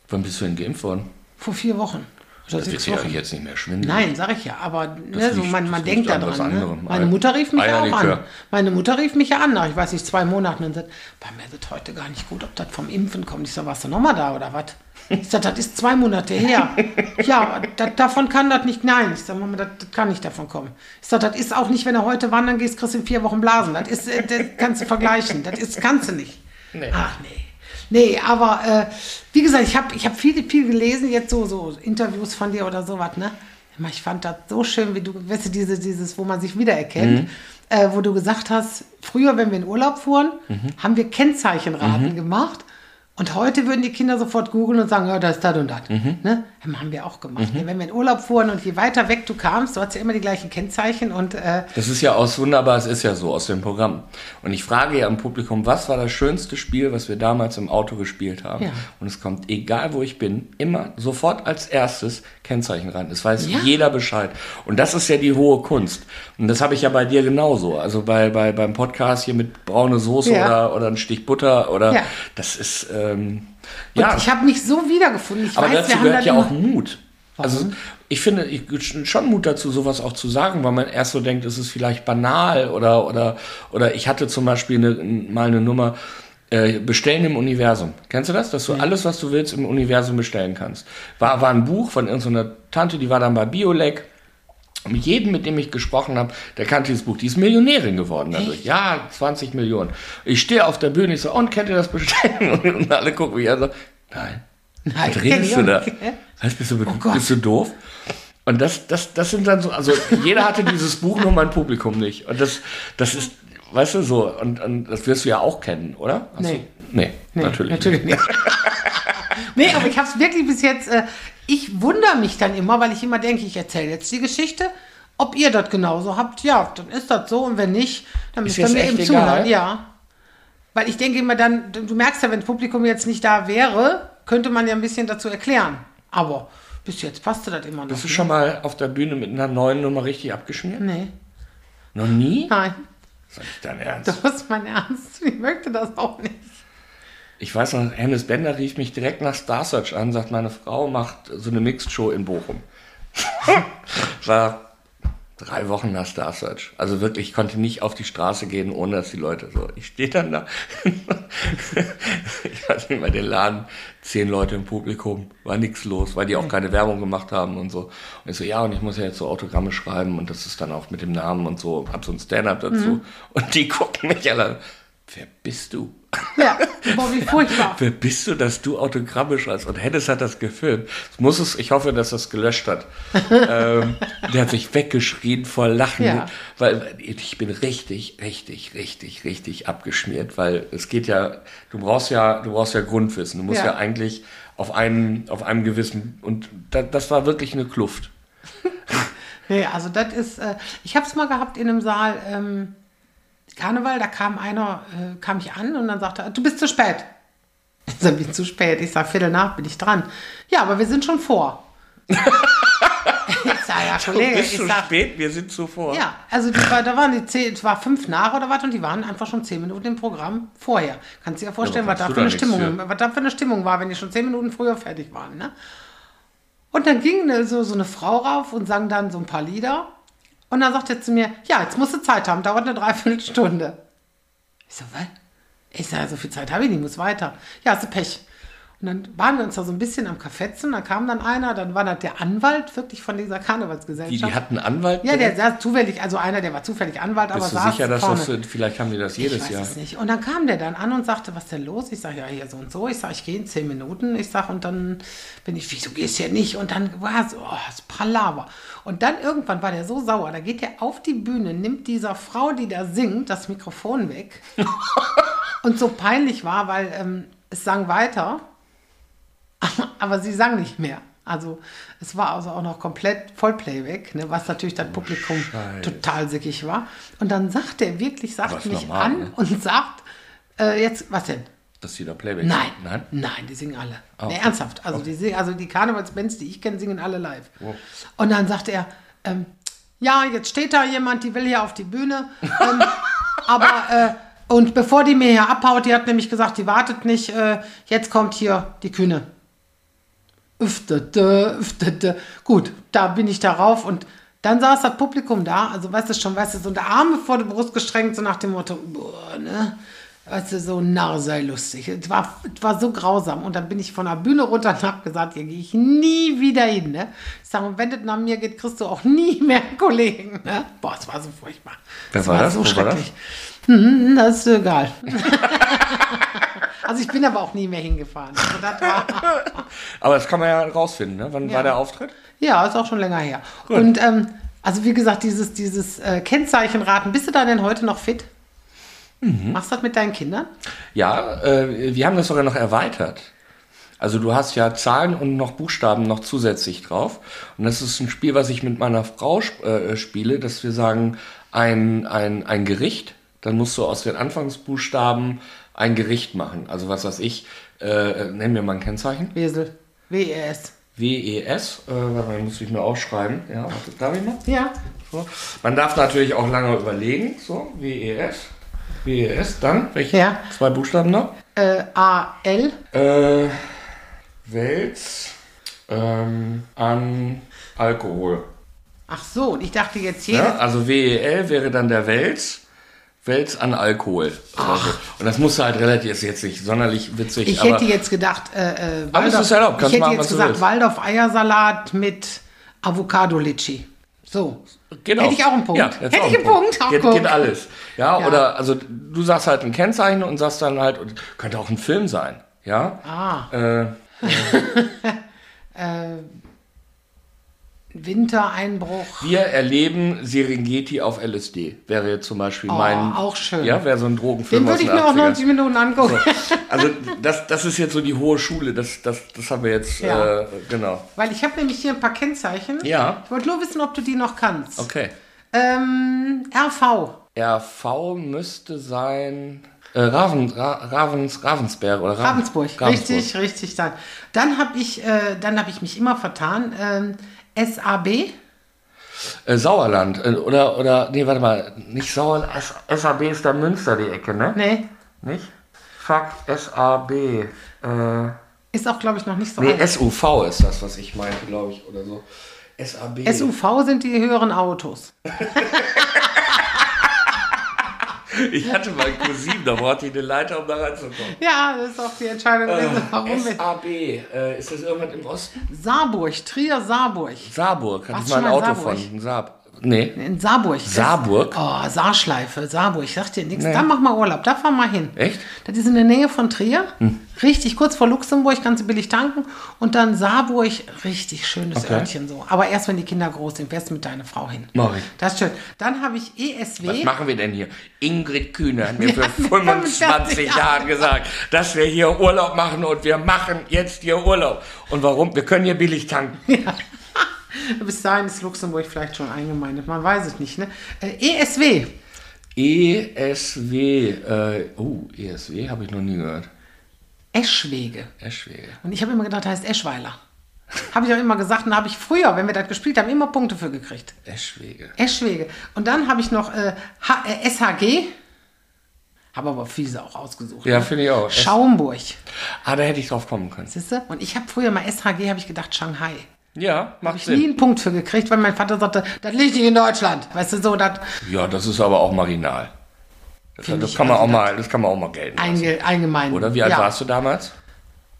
Speaker 1: Wann bist du denn geimpft worden?
Speaker 6: Vor vier Wochen. Oder
Speaker 1: Das wird
Speaker 6: sechs
Speaker 1: ja
Speaker 6: Wochen.
Speaker 1: jetzt nicht mehr schwindelig.
Speaker 6: Nein, sag ich ja, aber ne,
Speaker 1: Das
Speaker 6: so,
Speaker 1: liegt-
Speaker 6: man,
Speaker 1: das
Speaker 6: man
Speaker 1: liegt
Speaker 6: denkt da
Speaker 1: an was
Speaker 6: dran. Ne?
Speaker 1: anderem.
Speaker 6: Meine Mutter rief mich ja auch
Speaker 1: Eierlikör.
Speaker 6: an. Meine Mutter rief mich ja an, nach, ich weiß nicht, zwei Monaten und sagt, bei mir wird heute gar nicht gut, ob das vom Impfen kommt. Ich sag, warst du nochmal da oder was? Ich sag, das ist zwei Monate her. ja, dat, davon kann das nicht, nein. Ich sag, Mama, das das kann nicht davon kommen. Ich sag, das ist auch nicht, wenn du heute wandern gehst, kriegst du in vier Wochen Blasen. Das, ist, äh, das kannst du vergleichen, das ist, kannst du nicht. Ach nee. Nee, aber äh, wie gesagt, ich habe ich hab viel, viel gelesen, jetzt so, so Interviews von dir oder sowas, ne? Immer, Ich fand das so schön, wie du, weißt du, diese, dieses, wo man sich wiedererkennt,
Speaker 1: Mhm.
Speaker 6: äh, wo du gesagt hast, früher, wenn wir in Urlaub fuhren,
Speaker 1: Mhm.
Speaker 6: haben wir Kennzeichenraten gemacht. Und heute würden die Kinder sofort googeln und sagen, ja, das ist das und das.
Speaker 1: Mhm.
Speaker 6: Ne? Haben wir auch gemacht. ne? Wenn wir in Urlaub fuhren und je weiter weg du kamst, du hattest ja immer die gleichen Kennzeichen und äh,
Speaker 1: Das ist ja aus Wunderbar, es ist ja so, aus dem Programm. Und ich frage ja im Publikum, was war das schönste Spiel, was wir damals im Auto gespielt haben?
Speaker 6: Ja.
Speaker 1: Und es kommt, egal wo ich bin, immer sofort als erstes Kennzeichen rein. Es weiß
Speaker 6: Ja.
Speaker 1: jeder Bescheid. Und das ist ja die hohe Kunst. Und das habe ich ja bei dir genauso. Also bei, bei, beim Podcast hier mit braune Soße
Speaker 6: Ja.
Speaker 1: oder, oder ein Stich Butter oder
Speaker 6: Ja.
Speaker 1: das ist, ähm,
Speaker 6: und
Speaker 1: ja.
Speaker 6: ich habe mich so wiedergefunden. Ich
Speaker 1: Aber
Speaker 6: weiß, wir
Speaker 1: dazu
Speaker 6: haben dann
Speaker 1: gehört ja
Speaker 6: immer,
Speaker 1: auch Mut. Also ich finde ich, schon Mut dazu, sowas auch zu sagen, weil man erst so denkt, es ist vielleicht banal oder oder oder ich hatte zum Beispiel eine, mal eine Nummer äh, bestellen im Universum. Kennst du das? Dass du alles, was du willst, im Universum bestellen kannst. War, war ein Buch von irgendeiner Tante, die war dann bei Biolek. Mit jedem, mit dem ich gesprochen habe, der kannte dieses Buch. Die ist Millionärin geworden dadurch. Ja, 20 Millionen. Ich stehe auf der Bühne, ich so, und kennt ihr das bestellen? Und, alle gucken mich an so, nein.
Speaker 6: Nein,
Speaker 1: Was redest du
Speaker 6: kenn ich
Speaker 1: da?
Speaker 6: auch nicht. Oh
Speaker 1: Was, bist du,
Speaker 6: Gott.
Speaker 1: bist du doof? Und das, das, das sind dann so, also jeder hatte dieses Buch, nur mein Publikum nicht. Und das, das ist, weißt du, so, und, und das wirst du ja auch kennen, oder? Hast
Speaker 6: Nee.
Speaker 1: Du, nee,
Speaker 6: Nee,
Speaker 1: natürlich.
Speaker 6: natürlich nicht. nee, aber ich habe es wirklich bis jetzt. Äh, ich wundere mich dann immer, weil ich immer denke, ich erzähle jetzt die Geschichte. Ob ihr das genauso habt, ja, dann ist das so. Und wenn nicht, dann müsst
Speaker 1: Ist
Speaker 6: ihr
Speaker 1: jetzt
Speaker 6: mir
Speaker 1: echt
Speaker 6: eben
Speaker 1: egal?
Speaker 6: zuhören. Ja. Weil ich denke immer dann, du du merkst ja, wenn das Publikum jetzt nicht da wäre, könnte man ja ein bisschen dazu erklären. Aber bis jetzt passte das immer noch.
Speaker 1: Bist du schon mal auf der Bühne mit einer neuen Nummer richtig abgeschmiert?
Speaker 6: Nee,
Speaker 1: Noch nie?
Speaker 6: nein,
Speaker 1: Sag ich dein Ernst.
Speaker 6: das ist mein Ernst. Ich möchte das auch nicht.
Speaker 1: Ich weiß noch, Hennes Bender rief mich direkt nach Star Search an, sagt, meine Frau macht so eine Mixed Show in Bochum. War drei Wochen nach Star Search. Also wirklich, ich konnte nicht auf die Straße gehen, ohne dass die Leute so. Ich stehe dann da. ich weiß nicht mehr, den Laden, zehn Leute im Publikum, war nichts los, weil die auch keine Werbung gemacht haben und so. Und ich so, ja, und ich muss ja jetzt so Autogramme schreiben und das ist dann auch mit dem Namen und so, hab so ein Stand-up dazu. Und die gucken mich alle. an. Wer bist du?
Speaker 6: Ja, boah, wie furchtbar.
Speaker 1: Wer bist du, dass du Autogramme schreibst? Und Hennes hat das gefilmt. Es Muss es, ich hoffe, dass das gelöscht hat. ähm, der hat sich weggeschrien vor Lachen,
Speaker 6: Ja.
Speaker 1: weil ich bin richtig, richtig, richtig, richtig abgeschmiert, weil es geht ja, du brauchst ja, du brauchst ja Grundwissen. Du musst ja,
Speaker 6: Ja.
Speaker 1: eigentlich auf einen, auf einem gewissen, und da, das war wirklich eine Kluft.
Speaker 6: Nee, also das ist, äh, ich habe es mal gehabt in einem Saal, ähm, Karneval, da kam einer, äh, kam ich an und dann sagte er, du bist zu spät. Ich sag, bin zu spät. Ich sag, Viertel nach bin ich dran. Ja, aber wir sind schon vor. ich sag, ja,
Speaker 1: Du
Speaker 6: Kollege,
Speaker 1: bist
Speaker 6: ich
Speaker 1: zu
Speaker 6: sag,
Speaker 1: spät, wir sind zuvor.
Speaker 6: ja, also die, war- da waren die zehn, es war fünf nach oder was und die waren einfach schon zehn Minuten im Programm vorher. Kannst dir ja vorstellen,
Speaker 1: Ja, aber
Speaker 6: was da
Speaker 1: kannst
Speaker 6: für eine
Speaker 1: du da nichts
Speaker 6: Stimmung, was da für eine Stimmung war, wenn die schon zehn Minuten früher fertig waren, ne? Und dann ging ne, so, so eine Frau rauf und sang dann so ein paar Lieder. Und dann sagte er zu mir, ja, jetzt musst du Zeit haben, dauert eine Dreiviertelstunde. Ich so, was? Ich sage, so viel Zeit habe ich nicht, muss weiter. Ja, hast du Pech. Und dann waren wir uns da so ein bisschen am Kaffetzen, da kam dann einer, dann war das der Anwalt wirklich von dieser
Speaker 1: Die,
Speaker 6: Karnevalsgesellschaft.
Speaker 1: die hatten einen Anwalt.
Speaker 6: Ja, der
Speaker 1: direkt?
Speaker 6: saß zufällig, also einer, der war zufällig Anwalt, aber
Speaker 1: bist du
Speaker 6: saß
Speaker 1: sicher, dass
Speaker 6: vorne.
Speaker 1: das, vielleicht haben die das
Speaker 6: ich
Speaker 1: jedes
Speaker 6: weiß
Speaker 1: Jahr.
Speaker 6: es nicht. Und dann kam der dann an und sagte, was denn los? Ich sage, ja, hier so und so. Ich sage, ich gehe in zehn Minuten. Ich sage, und dann bin ich, wieso gehst du hier nicht? Und dann war so, oh, das Palaver. Und dann irgendwann war der so sauer. Da geht der auf die Bühne, nimmt dieser Frau, die da singt, das Mikrofon weg. und so peinlich war, weil ähm, es sang weiter, aber sie sang nicht mehr. Also es war also auch noch komplett Vollplayback, ne, was natürlich das Publikum
Speaker 1: Oh, Scheiße.
Speaker 6: total sickig war. Und dann sagt er wirklich, sagt
Speaker 1: Aber ist
Speaker 6: mich
Speaker 1: normal,
Speaker 6: an
Speaker 1: ne?
Speaker 6: und sagt, äh, jetzt, was denn?
Speaker 1: Dass die da Playback
Speaker 6: Nein,
Speaker 1: sind.
Speaker 6: nein,
Speaker 1: Nein. Ah,
Speaker 6: die singen alle. nee,
Speaker 1: okay.
Speaker 6: ernsthaft. Also die, singen- also die Karnevalsbands, die ich kenne, singen alle live.
Speaker 1: Wow.
Speaker 6: Und dann sagte er, ähm, ja, jetzt steht da jemand, die will hier auf die Bühne. Ähm, aber, äh, und bevor die mir hier abhaut, die hat nämlich gesagt, die wartet nicht, äh, jetzt kommt hier die Kühne. Öftete, öftete. Gut, da bin ich darauf und dann saß das Publikum da, also weißt du schon, weißt du, so der Arme vor der Brust gestrengt, so nach dem Motto, boah, ne? Weißt du, so narr sei lustig. Es war, es war so grausam. Und dann bin ich von der Bühne runter und hab gesagt, hier gehe ich nie wieder hin. Ne? Ich sage, und wenn das nach mir geht, kriegst du auch nie mehr einen Kollegen. Ne? Boah, es war so furchtbar.
Speaker 1: Wer
Speaker 6: Es
Speaker 1: war das?
Speaker 6: so
Speaker 1: Wo war das?
Speaker 6: schrecklich. Hm, das ist egal. also ich bin aber auch nie mehr hingefahren. Also das war
Speaker 1: Aber das kann man ja rausfinden, ne? Wann war
Speaker 6: Ja.
Speaker 1: der Auftritt?
Speaker 6: Ja, ist auch schon länger her. Und ähm, also wie gesagt, dieses, dieses äh, Kennzeichenraten, bist du da denn heute noch fit?
Speaker 1: Mhm.
Speaker 6: Machst du das mit deinen Kindern?
Speaker 1: Ja, äh, wir haben das sogar noch erweitert. Also du hast ja Zahlen und noch Buchstaben noch zusätzlich drauf. Und das ist ein Spiel, was ich mit meiner Frau sp äh, spiele, dass wir sagen, ein, ein, ein Gericht, dann musst du aus den Anfangsbuchstaben ein Gericht machen. Also was weiß ich, äh, nenn mir mal ein Kennzeichen.
Speaker 6: Wesel. E WES.
Speaker 1: W-E-S, äh, warte mal, muss ich mir aufschreiben. Ja, warte, darf ich noch?
Speaker 6: Ja.
Speaker 1: So. Man darf natürlich auch lange überlegen, so, E W-E-S. W-E-S, E dann, welche
Speaker 6: Ja.
Speaker 1: zwei Buchstaben noch?
Speaker 6: Äh, AL.
Speaker 1: Äh, Wels ähm, an Alkohol.
Speaker 6: Ach so, und ich dachte jetzt jedes.
Speaker 1: Ja? Also WEL wäre dann der Wels. Wels an Alkohol. Oder so. Und das musste halt relativ, ist jetzt nicht sonderlich witzig,
Speaker 6: Ich
Speaker 1: aber
Speaker 6: hätte jetzt gedacht, äh, äh,
Speaker 1: Alles ist erlaubt,
Speaker 6: ich
Speaker 1: kannst
Speaker 6: hätte
Speaker 1: machen, was
Speaker 6: jetzt
Speaker 1: du
Speaker 6: gesagt,
Speaker 1: willst.
Speaker 6: Waldorf Eiersalat mit Avocado Litchi. So. Hätte ich auch einen Punkt.
Speaker 1: genau. Ja, jetzt
Speaker 6: hätte
Speaker 1: auch
Speaker 6: ich einen Punkt. Ach,
Speaker 1: Geht,
Speaker 6: guck.
Speaker 1: geht alles. Ja,
Speaker 6: Ja.
Speaker 1: oder also du sagst halt ein Kennzeichen und sagst dann halt, und könnte auch ein Film sein. Ja.
Speaker 6: Ah.
Speaker 1: Äh,
Speaker 6: Äh, Wintereinbruch.
Speaker 1: Wir erleben Serengeti auf LSD. Wäre jetzt zum Beispiel
Speaker 6: Oh,
Speaker 1: mein.
Speaker 6: auch schön.
Speaker 1: Ja, wäre so ein Drogenfilm.
Speaker 6: Den würde ich
Speaker 1: aus den
Speaker 6: mir auch
Speaker 1: 80ern.
Speaker 6: 90 Minuten angucken.
Speaker 1: Also, das, das ist jetzt so die hohe Schule. Das, das, das haben wir jetzt.
Speaker 6: Ja.
Speaker 1: Äh, genau.
Speaker 6: Weil ich habe nämlich hier ein paar Kennzeichen.
Speaker 1: Ja.
Speaker 6: Ich wollte nur wissen, ob du die noch kannst.
Speaker 1: Okay.
Speaker 6: Ähm, RV.
Speaker 1: RV müsste sein. Äh, Raven, Ra, Ravens, Ravensberg oder Raven-
Speaker 6: Ravensburg. Richtig, richtig. Dann, dann habe ich, äh, dann hab ich mich immer vertan. Ähm, SAB.
Speaker 1: Äh, Sauerland. Äh, oder, oder, nee, warte mal. Nicht Sauerland. S SAB ist da Münster die Ecke, ne?
Speaker 6: Nee.
Speaker 1: Nicht? Fuck, SAB. Äh,
Speaker 6: Ist auch, glaube ich, noch nicht so
Speaker 1: nee,
Speaker 6: alt.
Speaker 1: SUV ist das, was ich meinte, glaube ich. Oder so. SAB.
Speaker 6: SUV sind die höheren Autos.
Speaker 1: Ich hatte meinen Cousin, da brauchte ich eine Leiter, um da reinzukommen.
Speaker 6: Ja, das ist auch die Entscheidung. gewesen, warum wir-
Speaker 1: SAB, äh, ist das irgendwas im Osten?
Speaker 6: Saarburg, Trier, Saarburg.
Speaker 1: Saarburg, hatte
Speaker 6: Warst
Speaker 1: ich mal
Speaker 6: du
Speaker 1: ein
Speaker 6: schon mal in
Speaker 1: Auto
Speaker 6: Saarburg?
Speaker 1: von. Ein Saab. Nee.
Speaker 6: In Saarburg. Das-
Speaker 1: Saarburg?
Speaker 6: Oh, Saarschleife, Saarburg. Ich sag dir nichts.
Speaker 1: Nee.
Speaker 6: Da mach mal Urlaub, da fahr mal hin.
Speaker 1: Echt? Hm.
Speaker 6: Das ist in der Nähe von Trier. Richtig, kurz vor Luxemburg, kannst du billig tanken. Und dann Saarburg, richtig schönes
Speaker 1: Okay.
Speaker 6: Örtchen so. Aber erst, wenn die Kinder groß sind, fährst du mit deiner Frau hin.
Speaker 1: Mach ich.
Speaker 6: Das ist schön. Dann habe ich E ESW.
Speaker 1: Was machen wir denn hier? Ingrid Kühne hat mir für
Speaker 6: Ja,
Speaker 1: 25
Speaker 6: 45
Speaker 1: Jahre gesagt, dass wir hier Urlaub machen und wir machen jetzt hier Urlaub. Und warum? Wir können hier billig tanken.
Speaker 6: Bis dahin ist Luxemburg vielleicht schon eingemeindet. Man weiß es nicht. Ne? Äh, ESW.
Speaker 1: ESW. E Äh, oh, ESW habe ich noch nie gehört.
Speaker 6: Eschwege.
Speaker 1: Eschwege.
Speaker 6: Und ich habe immer gedacht, heißt Eschweiler. Habe ich auch immer gesagt. Und da habe ich früher, wenn wir das gespielt haben, immer Punkte für gekriegt.
Speaker 1: Eschwege.
Speaker 6: Eschwege. Und dann habe ich noch äh, H äh, SHG. Habe aber fiese auch ausgesucht.
Speaker 1: Ja, finde ich auch. Es-
Speaker 6: ne? Schaumburg.
Speaker 1: Ah, da hätte ich drauf kommen können.
Speaker 6: Siehst du? Und ich habe früher mal SHG, habe ich gedacht, Shanghai.
Speaker 1: Ja,
Speaker 6: Habe
Speaker 1: macht
Speaker 6: ich nie
Speaker 1: Sinn.
Speaker 6: einen Punkt für gekriegt, weil mein Vater sagte, das liegt nicht in Deutschland. Weißt du, so das
Speaker 1: Ja, das ist aber auch marginal. Das,
Speaker 6: Finde
Speaker 1: das,
Speaker 6: ich
Speaker 1: kann man
Speaker 6: also
Speaker 1: auch mal, das kann man auch mal gelten lassen.
Speaker 6: einge allgemein.
Speaker 1: Oder wie alt
Speaker 6: ja.
Speaker 1: warst du damals?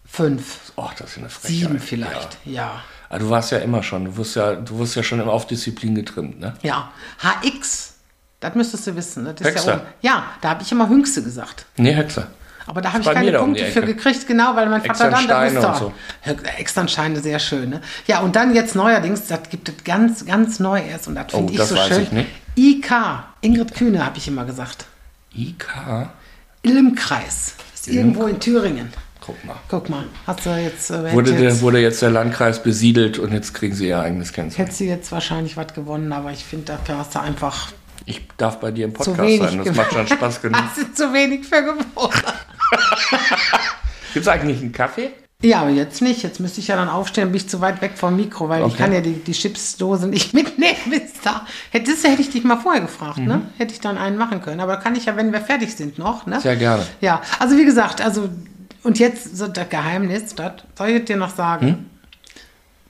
Speaker 6: Fünf,
Speaker 1: Ach, das ist eine Frechheit.
Speaker 6: sieben
Speaker 1: Ja.
Speaker 6: vielleicht. Ja.
Speaker 1: Ah, du warst ja immer schon, du wurdest ja, du wurdest ja schon immer auf Disziplin getrimmt, ne?
Speaker 6: ja. HX, das müsstest du wissen. ne? Das ist
Speaker 1: Höchster.
Speaker 6: ja, oben. ja, da habe ich immer Hüngste gesagt.
Speaker 1: Nee, Hexer.
Speaker 6: Aber da habe ich
Speaker 1: bei mir
Speaker 6: keine
Speaker 1: da um die
Speaker 6: Punkte
Speaker 1: Ecke.
Speaker 6: für gekriegt, genau, weil mein Vater dann, da
Speaker 1: Externsteine
Speaker 6: wusste
Speaker 1: und
Speaker 6: er.
Speaker 1: so.
Speaker 6: Ja, Externsteine, sehr schön. Ne? Ja, und dann jetzt neuerdings, das gibt es ganz, ganz neu erst und das
Speaker 1: Oh,
Speaker 6: finde ich
Speaker 1: das
Speaker 6: so
Speaker 1: weiß
Speaker 6: schön.
Speaker 1: ich nicht.
Speaker 6: IK, Ingrid Kühne, habe ich immer gesagt.
Speaker 1: IK?
Speaker 6: Ilm-Kreis, ist irgendwo in Thüringen.
Speaker 1: Guck mal.
Speaker 6: Guck mal, hast du jetzt, äh,
Speaker 1: Wurde,
Speaker 6: hätte
Speaker 1: der,
Speaker 6: jetzt,
Speaker 1: wurde jetzt der Landkreis besiedelt und jetzt kriegen sie ihr eigenes Kennzeichen.
Speaker 6: hättest du jetzt wahrscheinlich was gewonnen, aber ich finde, dafür hast du einfach
Speaker 1: Ich darf bei dir im
Speaker 6: zu
Speaker 1: Podcast
Speaker 6: wenig genau.
Speaker 1: sein, das
Speaker 6: gewonnen.
Speaker 1: macht schon Spaß genug.
Speaker 6: Hast du zu wenig für gewonnen.
Speaker 1: Gibt's eigentlich einen Kaffee?
Speaker 6: Ja, aber jetzt nicht. Jetzt müsste ich ja dann aufstehen, bin ich zu weit weg vom Mikro, weil ich
Speaker 1: Okay.
Speaker 6: kann ja die, die Chipsdose nicht mitnehmen bis da. Hättest du, hätte ich dich mal vorher gefragt,
Speaker 1: Mhm.
Speaker 6: ne? Hätte ich dann einen machen können. Aber kann ich ja, wenn wir fertig sind, noch, ne?
Speaker 1: Sehr gerne.
Speaker 6: Ja, also wie gesagt, also und jetzt so das Geheimnis, das soll ich dir noch sagen.
Speaker 1: Mhm.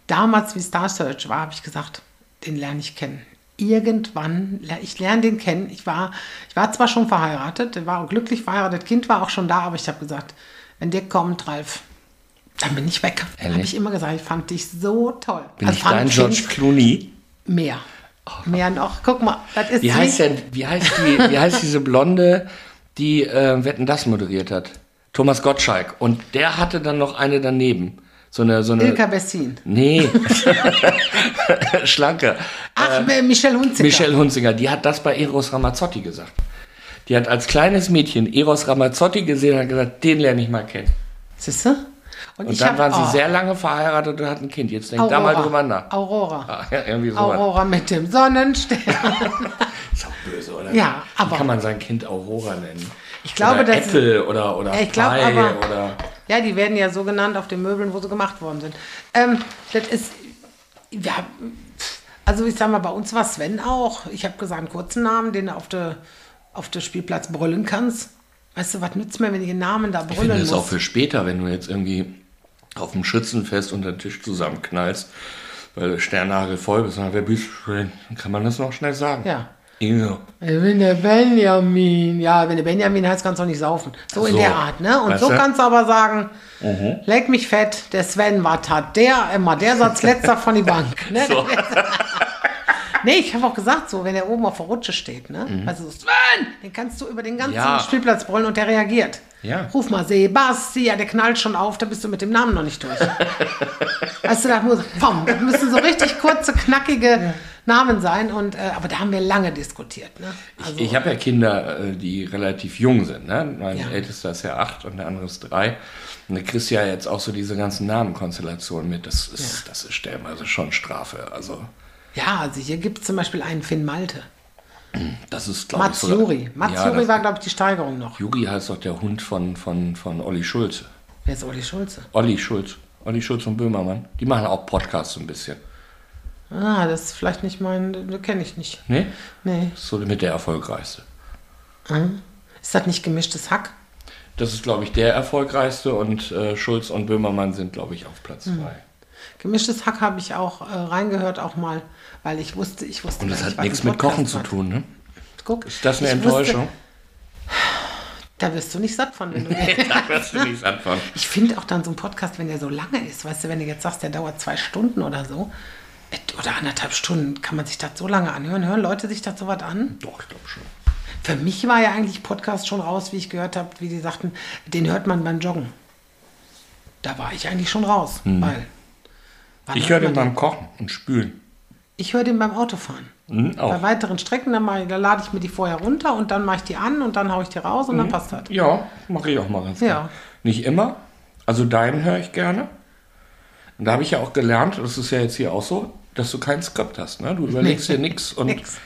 Speaker 6: Damals, wie Star Search war, habe ich gesagt, den lerne ich kennen. Irgendwann, ler- ich lerne den kennen. Ich war, ich war zwar schon verheiratet, war auch glücklich verheiratet, Kind war auch schon da, aber ich habe gesagt, wenn der kommt, Ralf, dann bin ich weg.
Speaker 1: Ehrlich?
Speaker 6: Habe ich immer gesagt, ich fand dich so toll.
Speaker 1: Bin
Speaker 6: Also
Speaker 1: ich
Speaker 6: fand
Speaker 1: dein
Speaker 6: ich
Speaker 1: George Clooney?
Speaker 6: Mehr. Mehr noch. Guck mal, das ist
Speaker 1: Wie heißt
Speaker 6: wie-
Speaker 1: denn, wie heißt die, wie heißt diese Blonde, die äh, Wetten das moderiert hat? Thomas Gottschalk. Und der hatte dann noch eine daneben. So eine, so eine.
Speaker 6: Ilka Bessin.
Speaker 1: Nee. Schlanke.
Speaker 6: Ach, äh, Michelle Hunziker.
Speaker 1: äh, Michelle Hunzinger, die hat das bei Eros Ramazzotti gesagt. Die hat als kleines Mädchen Eros Ramazzotti gesehen und hat gesagt, den lerne ich mal kennen.
Speaker 6: Siehst du?
Speaker 1: Und dann
Speaker 6: hab-
Speaker 1: waren sie
Speaker 6: oh.
Speaker 1: sehr lange verheiratet und hatten ein Kind. Jetzt denk da mal drüber nach.
Speaker 6: Aurora.
Speaker 1: Ah, ja, irgendwie so was.
Speaker 6: Aurora mit dem Sonnenstern.
Speaker 1: Ist auch böse, oder?
Speaker 6: Ja,
Speaker 1: Wie
Speaker 6: aber-
Speaker 1: kann man sein Kind Aurora nennen?
Speaker 6: Ich glaube,
Speaker 1: oder
Speaker 6: dass-
Speaker 1: Apple oder, oder
Speaker 6: Ich glaube
Speaker 1: Pie
Speaker 6: aber.
Speaker 1: oder...
Speaker 6: Ja, die werden ja so genannt auf den Möbeln, wo sie gemacht worden sind. Ähm, das ist. Ja, pff, also ich sag mal, bei uns war Sven auch. Ich habe gesagt, einen kurzen Namen, den du auf der auf de Spielplatz brüllen kannst. Weißt du, was nützt mir, wenn ich den Namen da
Speaker 1: Ich finde
Speaker 6: brüllen
Speaker 1: das auch
Speaker 6: muss?
Speaker 1: für später, wenn du jetzt irgendwie auf dem Schützenfest unter den Tisch zusammenknallst, weil du Sternhagel voll bist, dann wer bist du denn? Dann kann man das noch schnell sagen.
Speaker 6: Ja.
Speaker 1: Ja.
Speaker 6: Ich bin der Benjamin. Ja, wenn der Benjamin heißt, kannst du auch nicht saufen. So, in
Speaker 1: So.
Speaker 6: der Art, ne? Und
Speaker 1: Weißt
Speaker 6: so
Speaker 1: du? Mhm.
Speaker 6: kannst du aber sagen, leck mich fett, der Sven war tat der, immer der Satz letzter von die Bank. Ne?
Speaker 1: So.
Speaker 6: Nee, ich habe auch gesagt, so, wenn er oben auf der Rutsche steht, ne? Also, Sven! Den kannst du über den ganzen
Speaker 1: Mhm. Ja.
Speaker 6: Spielplatz brüllen und der reagiert.
Speaker 1: Ja.
Speaker 6: Ruf mal Sebastian, der knallt schon auf, da bist du mit dem Namen noch nicht durch. weißt du, das, muss, pom, das müssen so richtig kurze, knackige Namen sein. Und, äh, aber da haben wir lange diskutiert. Ne? Also,
Speaker 1: Ich habe ja Kinder, äh, die relativ jung sind. Ne? Mein
Speaker 6: Ja.
Speaker 1: ältester ist ja acht und der andere ist drei. Und da kriegst du ja jetzt auch so diese ganzen Namenkonstellationen mit. Das ist, das ist stellenweise schon Strafe. Also,
Speaker 6: ja, also hier gibt es zum Beispiel einen Finn Malte.
Speaker 1: das ist, glaube ich,
Speaker 6: Mats Juri. Mats
Speaker 1: Oh, ja,
Speaker 6: Juri
Speaker 1: das-
Speaker 6: war, glaube ich, die Steigerung noch.
Speaker 1: Juri heißt doch der Hund von, von, von Olli Schulze.
Speaker 6: Wer ist Olli Schulze?
Speaker 1: Olli Schulz. Olli Schulz und Böhmermann. Die machen auch Podcasts ein bisschen.
Speaker 6: Ah, das ist vielleicht nicht mein, kenne ich nicht.
Speaker 1: Ne?
Speaker 6: Nee. Hm?
Speaker 1: Ist so mit der erfolgreichste.
Speaker 6: Ist das nicht gemischtes Hack?
Speaker 1: Das ist, glaube ich, der erfolgreichste und äh, Schulz und Böhmermann sind, glaube ich, auf Platz
Speaker 6: Hm.
Speaker 1: zwei.
Speaker 6: Gemischtes Hack habe ich auch äh, reingehört, auch mal, weil ich wusste, ich wusste.
Speaker 1: Und das
Speaker 6: gar nicht,
Speaker 1: hat
Speaker 6: was
Speaker 1: nichts
Speaker 6: ein
Speaker 1: mit Kochen
Speaker 6: Podcast
Speaker 1: zu
Speaker 6: hat.
Speaker 1: tun, ne?
Speaker 6: Guck,
Speaker 1: Ist das eine
Speaker 6: ich
Speaker 1: Enttäuschung?
Speaker 6: Wusste, da wirst du nicht satt von, wenn du
Speaker 1: da wirst du nichts anfangen.
Speaker 6: Ich finde auch dann so ein Podcast, wenn der so lange ist, weißt du, wenn du jetzt sagst, der dauert zwei Stunden oder so, et- oder anderthalb Stunden. Kann man sich das so lange anhören? Hören Leute sich das so was an?
Speaker 1: Doch, ich glaube schon.
Speaker 6: Für mich war ja eigentlich Podcast schon raus, wie ich gehört habe, wie die sagten, den hört man beim Joggen. Da war ich eigentlich schon raus. Weil, Wann
Speaker 1: Hm. Ich
Speaker 6: hört
Speaker 1: höre
Speaker 6: man
Speaker 1: den beim Kochen und Spülen.
Speaker 6: Ich höre den beim Autofahren.
Speaker 1: Mhm,
Speaker 6: Bei
Speaker 1: auch.
Speaker 6: weiteren Strecken, dann, mach ich- dann lade ich mir die vorher runter und dann mache ich die an und dann haue ich die raus
Speaker 1: Hm.
Speaker 6: und dann passt halt das.
Speaker 1: Ja, mache ich auch mal ganz
Speaker 6: Ja.
Speaker 1: gerne. Nicht immer. Also deinen höre ich gerne. Und da habe ich ja auch gelernt, das ist ja jetzt hier auch so, dass du kein Skript hast. Ne? Du überlegst dir nichts und
Speaker 6: Nix.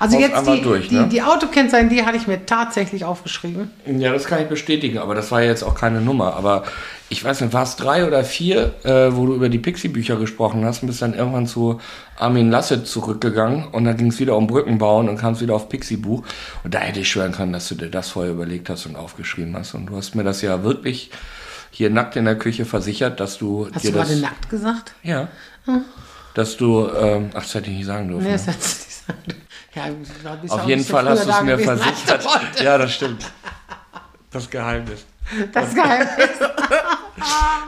Speaker 6: Also
Speaker 1: Haust
Speaker 6: jetzt
Speaker 1: einmal
Speaker 6: die,
Speaker 1: durch,
Speaker 6: die,
Speaker 1: ne?
Speaker 6: die Autokennzeichen, die hatte ich mir tatsächlich aufgeschrieben.
Speaker 1: Ja, das kann ich bestätigen, aber das war jetzt auch keine Nummer. Aber ich weiß nicht, war es drei oder vier, äh, wo du über die Pixie-Bücher gesprochen hast und bist dann irgendwann zu Armin Laschet zurückgegangen und dann ging es wieder um Brücken bauen und kam es wieder auf Pixie-Buch. Und da hätte ich schwören können, dass du dir das vorher überlegt hast und aufgeschrieben hast. Und du hast mir das ja wirklich hier nackt in der Küche versichert, dass du
Speaker 6: Hast
Speaker 1: dir
Speaker 6: du
Speaker 1: das...
Speaker 6: gerade nackt gesagt?
Speaker 1: Ja. Dass du... Ähm, ach, das hätte ich nicht sagen dürfen.
Speaker 6: Nee,
Speaker 1: ne?
Speaker 6: das hättest du nicht sagen dürfen. ja, du bist ja
Speaker 1: Auf
Speaker 6: auch
Speaker 1: jeden
Speaker 6: nicht so
Speaker 1: Fall hast du
Speaker 6: früher
Speaker 1: es
Speaker 6: da
Speaker 1: mir
Speaker 6: gewesen, als
Speaker 1: versichert.
Speaker 6: du wolltest.
Speaker 1: Ja, das stimmt. Das Geheimnis.
Speaker 6: Das ist geil.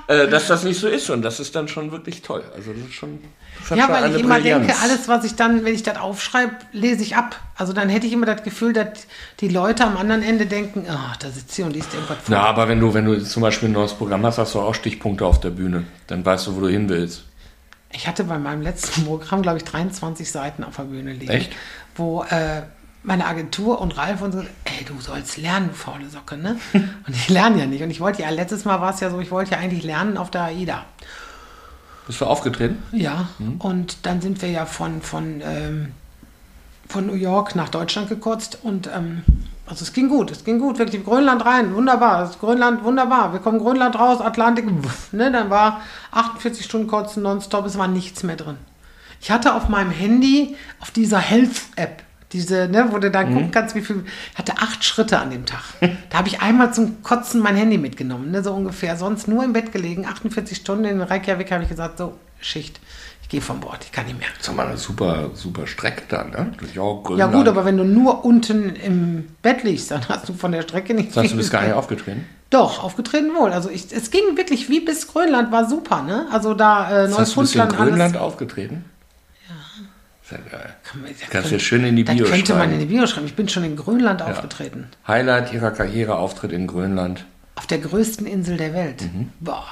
Speaker 1: äh, dass das nicht so ist und das ist dann schon wirklich toll. Also das ist schon. Das hat
Speaker 6: Ja,
Speaker 1: schon
Speaker 6: weil
Speaker 1: eine
Speaker 6: ich immer
Speaker 1: Brillanz.
Speaker 6: denke, alles, was ich dann, wenn ich das aufschreibe, lese ich ab. Also dann hätte ich immer das Gefühl, dass die Leute am anderen Ende denken, ah, da sitzt sie und liest irgendwas vor.
Speaker 1: Na, aber wenn du, wenn du zum Beispiel ein neues Programm hast, hast du auch Stichpunkte auf der Bühne. Dann weißt du, wo du hin willst.
Speaker 6: Ich hatte bei meinem letzten Programm, glaube ich, 23 Seiten auf der Bühne liegen.
Speaker 1: Echt?
Speaker 6: Wo äh, meine Agentur und Ralf und so, ey, du sollst lernen, du faule Socke, ne? Und ich lerne ja nicht. Und ich wollte ja, letztes Mal war es ja so, ich wollte ja eigentlich lernen auf der AIDA.
Speaker 1: Bist du aufgetreten?
Speaker 6: Ja, und dann sind wir ja von, von, ähm, von New York nach Deutschland gekotzt und ähm, also es ging gut, es ging gut, wirklich Grönland rein, wunderbar, das Grönland wunderbar, wir kommen Grönland raus, Atlantik, wuff, ne, dann war 48 Stunden kotzen nonstop, es war nichts mehr drin. Ich hatte auf meinem Handy, auf dieser Health-App, diese, ne, wo du dann gucken kannst, wie viel, ich hatte acht Schritte an dem Tag. Da habe ich einmal zum Kotzen mein Handy mitgenommen, ne, so ungefähr. Sonst nur im Bett gelegen, 48 Stunden in Reykjavik habe ich gesagt, so, Schicht, ich gehe vom Bord, ich kann nicht mehr.
Speaker 1: Das ist mal eine super, super Strecke dann, ne? Durch auch
Speaker 6: Ja
Speaker 1: Grönland.
Speaker 6: gut, aber wenn du nur unten im Bett liegst, dann hast du von der Strecke nichts.
Speaker 1: Sonst du bist gar nicht
Speaker 6: mitgekriegt.
Speaker 1: aufgetreten.
Speaker 6: Doch, aufgetreten wohl. Also ich, es ging wirklich wie bis Grönland, war super, ne? Also da äh,
Speaker 1: Sonst bist du in
Speaker 6: Neufundland
Speaker 1: Grönland
Speaker 6: alles.
Speaker 1: aufgetreten. Ja. Sehr geil.
Speaker 6: Kann man-
Speaker 1: Kannst du jetzt schön in die
Speaker 6: das
Speaker 1: Bio
Speaker 6: könnte man in die
Speaker 1: schreiben.
Speaker 6: Bio schreiben. Ich bin schon in Grönland aufgetreten.
Speaker 1: Highlight ihrer Karriere, Auftritt in Grönland.
Speaker 6: Auf der größten Insel der Welt. Boah.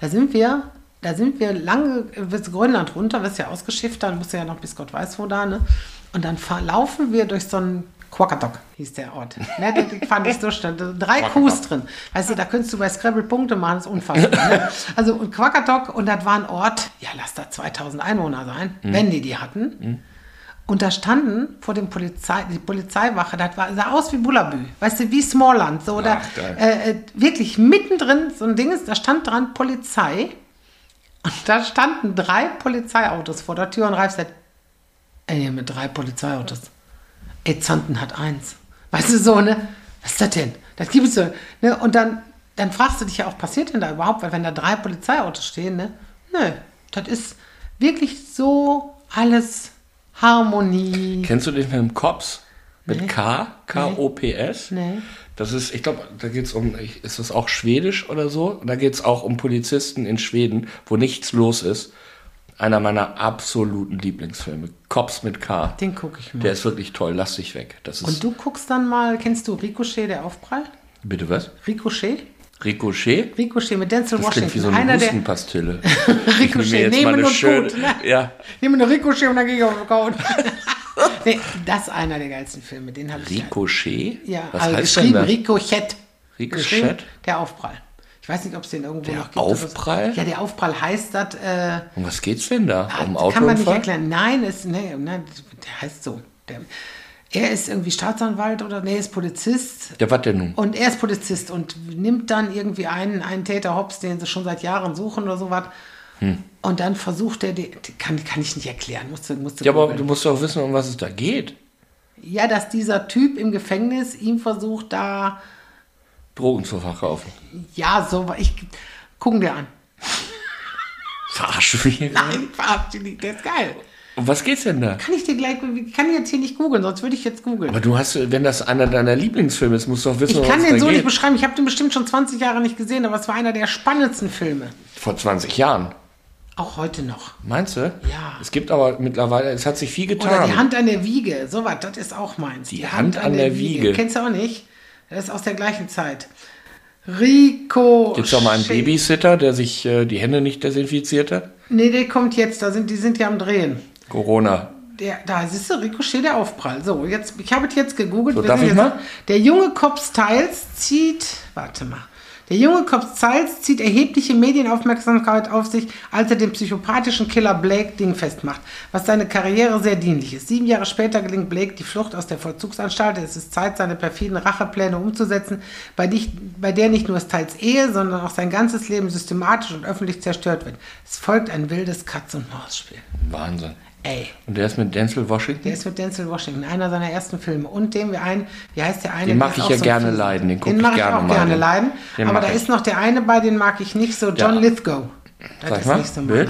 Speaker 6: Da sind wir, da sind wir lange bis Grönland runter, wirst ja ausgeschifft, dann musst du ja noch bis Gott weiß wo da, ne? Und dann fahr- laufen wir durch so einen Quackadock, hieß der Ort. Ne, den den fand ich so schön. Da- Drei Qs drin. Weißt du, da könntest du bei Scrabble Punkte machen, das ist unfassbar. Ne? Also und Quackadock und das war ein Ort, ja, lass da 2000 Einwohner sein, wenn die die hatten. Und da standen vor dem Polizei, die Polizeiwache, das war, sah aus wie Bullabü, weißt du, wie Smallland, so oder
Speaker 1: Ach, geil.
Speaker 6: äh, äh, wirklich mittendrin so ein Ding ist, da stand dran Polizei und da standen drei Polizeiautos vor der Tür und Ralf sagt, ey, mit drei Polizeiautos. Ey, Zanten hat eins. Weißt du, so, ne? Was ist das denn? Das gibt es so. Ne? Und dann, dann fragst du dich ja auch, passiert denn da überhaupt? Weil wenn da drei Polizeiautos stehen, ne? Nö, das ist wirklich so alles Harmonie.
Speaker 1: Kennst du den Film Cops? Mit K, K-O-P-S?
Speaker 6: Nee.
Speaker 1: Das ist, ich glaube, da geht es um, ich- ist das auch schwedisch oder so? Und da geht es auch um Polizisten in Schweden, wo nichts los ist. Einer meiner absoluten Lieblingsfilme. Cops mit K.
Speaker 6: Den gucke ich mal.
Speaker 1: Der ist wirklich toll, lass dich weg. Das ist,
Speaker 6: Und du guckst dann mal, kennst du Ricochet, der Aufprall?
Speaker 1: bitte was?
Speaker 6: Ricochet?
Speaker 1: Ricochet?
Speaker 6: Ricochet mit Denzel
Speaker 1: Das
Speaker 6: Washington.
Speaker 1: klingt wie so eine
Speaker 6: Einer der.
Speaker 1: Hustenpastille. Ich nehme mir
Speaker 6: Ricochet,
Speaker 1: jetzt mal
Speaker 6: nehmen
Speaker 1: eine
Speaker 6: und
Speaker 1: schöne-
Speaker 6: gut. Ne?
Speaker 1: Ja.
Speaker 6: Nehmen eine Ricochet und dann gehe ich auf den Couch. nee, das ist einer der geilsten Filme, den habe ich.
Speaker 1: Ricochet?
Speaker 6: Ja,
Speaker 1: was
Speaker 6: also
Speaker 1: heißt denn
Speaker 6: geschrieben
Speaker 1: das?
Speaker 6: Ricochet.
Speaker 1: Ricochet?
Speaker 6: Geschrieben, Der Aufprall. Ich weiß nicht, ob es den irgendwo
Speaker 1: Der
Speaker 6: noch gibt. oder so.
Speaker 1: Aufprall?
Speaker 6: Ja, der Aufprall heißt das. Äh,
Speaker 1: Um was geht's denn da? Um
Speaker 6: Ah, kann man nicht
Speaker 1: Autounfall?
Speaker 6: erklären. Nein, ist, nee, nein, der heißt so. Der, er ist irgendwie Staatsanwalt oder nee, ist Polizist.
Speaker 1: Ja, was denn nun?
Speaker 6: Und er ist Polizist und nimmt dann irgendwie einen, einen Täter hops, den sie schon seit Jahren suchen oder sowas.
Speaker 1: Hm.
Speaker 6: Und dann versucht er, die, die kann, kann ich nicht erklären. Musst du, musst du
Speaker 1: Ja, aber
Speaker 6: googeln.
Speaker 1: du musst doch wissen, um was es da geht.
Speaker 6: ja, dass dieser Typ im Gefängnis ihm versucht, da,
Speaker 1: Drogen zu verkaufen.
Speaker 6: ja, so, ich, gucken wir an.
Speaker 1: Verarschen wir hier gerade?
Speaker 6: Nein, verabschiede dich, der ist geil.
Speaker 1: Um was geht's denn da?
Speaker 6: Kann ich dir gleich, ich kann jetzt hier nicht googeln, sonst würde ich jetzt googeln.
Speaker 1: Aber du hast, wenn das einer deiner Lieblingsfilme ist, musst du doch wissen,
Speaker 6: Ich
Speaker 1: um
Speaker 6: kann
Speaker 1: was
Speaker 6: den
Speaker 1: da
Speaker 6: so nicht
Speaker 1: geht.
Speaker 6: beschreiben. Ich habe den bestimmt schon 20 Jahre nicht gesehen, aber es war einer der spannendsten Filme.
Speaker 1: Vor 20 Jahren.
Speaker 6: Auch heute noch.
Speaker 1: Meinst du?
Speaker 6: Ja.
Speaker 1: Es gibt aber mittlerweile, es hat sich viel getan.
Speaker 6: Oder die Hand an der Wiege, sowas, das ist auch meins. Die,
Speaker 1: Hand an der Wiege.
Speaker 6: Kennst du auch nicht? Das ist aus der gleichen Zeit. Rico.
Speaker 1: Gibt es auch mal einen
Speaker 6: Schick-
Speaker 1: Babysitter, der sich äh, die Hände nicht desinfiziert hat?
Speaker 6: Nee, der kommt jetzt, da sind, die sind ja am Drehen.
Speaker 1: Corona.
Speaker 6: Der, da siehst du, Ricochet, der Aufprall. So, jetzt, ich habe es jetzt gegoogelt.
Speaker 1: So,
Speaker 6: Wir
Speaker 1: darf
Speaker 6: sind
Speaker 1: ich
Speaker 6: jetzt,
Speaker 1: mal?
Speaker 6: Der junge Cops Styles zieht, warte mal. Der junge Cops Styles zieht erhebliche Medienaufmerksamkeit auf sich, als er den psychopathischen Killer Blake dingfest macht, was seine Karriere sehr dienlich ist. Sieben Jahre später gelingt Blake die Flucht aus der Vollzugsanstalt. Es ist Zeit, seine perfiden Rachepläne umzusetzen, bei, dich, bei der nicht nur Styles Ehe, sondern auch sein ganzes Leben systematisch und öffentlich zerstört wird. Es folgt ein wildes Katz-und-Maus-Spiel.
Speaker 1: Wahnsinn.
Speaker 6: Ey.
Speaker 1: Und der ist mit Denzel Washington?
Speaker 6: Der ist mit Denzel Washington, einer seiner ersten Filme. Und dem wir einen, wie heißt der eine?
Speaker 1: Den mag
Speaker 6: der
Speaker 1: ich
Speaker 6: auch
Speaker 1: ja
Speaker 6: ein
Speaker 1: gerne
Speaker 6: Fies-
Speaker 1: leiden, den guck ich
Speaker 6: mag
Speaker 1: gerne
Speaker 6: ich auch
Speaker 1: mal,
Speaker 6: gerne
Speaker 1: den-
Speaker 6: leiden.
Speaker 1: den
Speaker 6: Aber
Speaker 1: mag
Speaker 6: da
Speaker 1: ich.
Speaker 6: ist noch der eine bei, den mag ich nicht so. John
Speaker 1: Ja.
Speaker 6: Lithgow. Das
Speaker 1: Sag mal, Bild?
Speaker 6: meiner.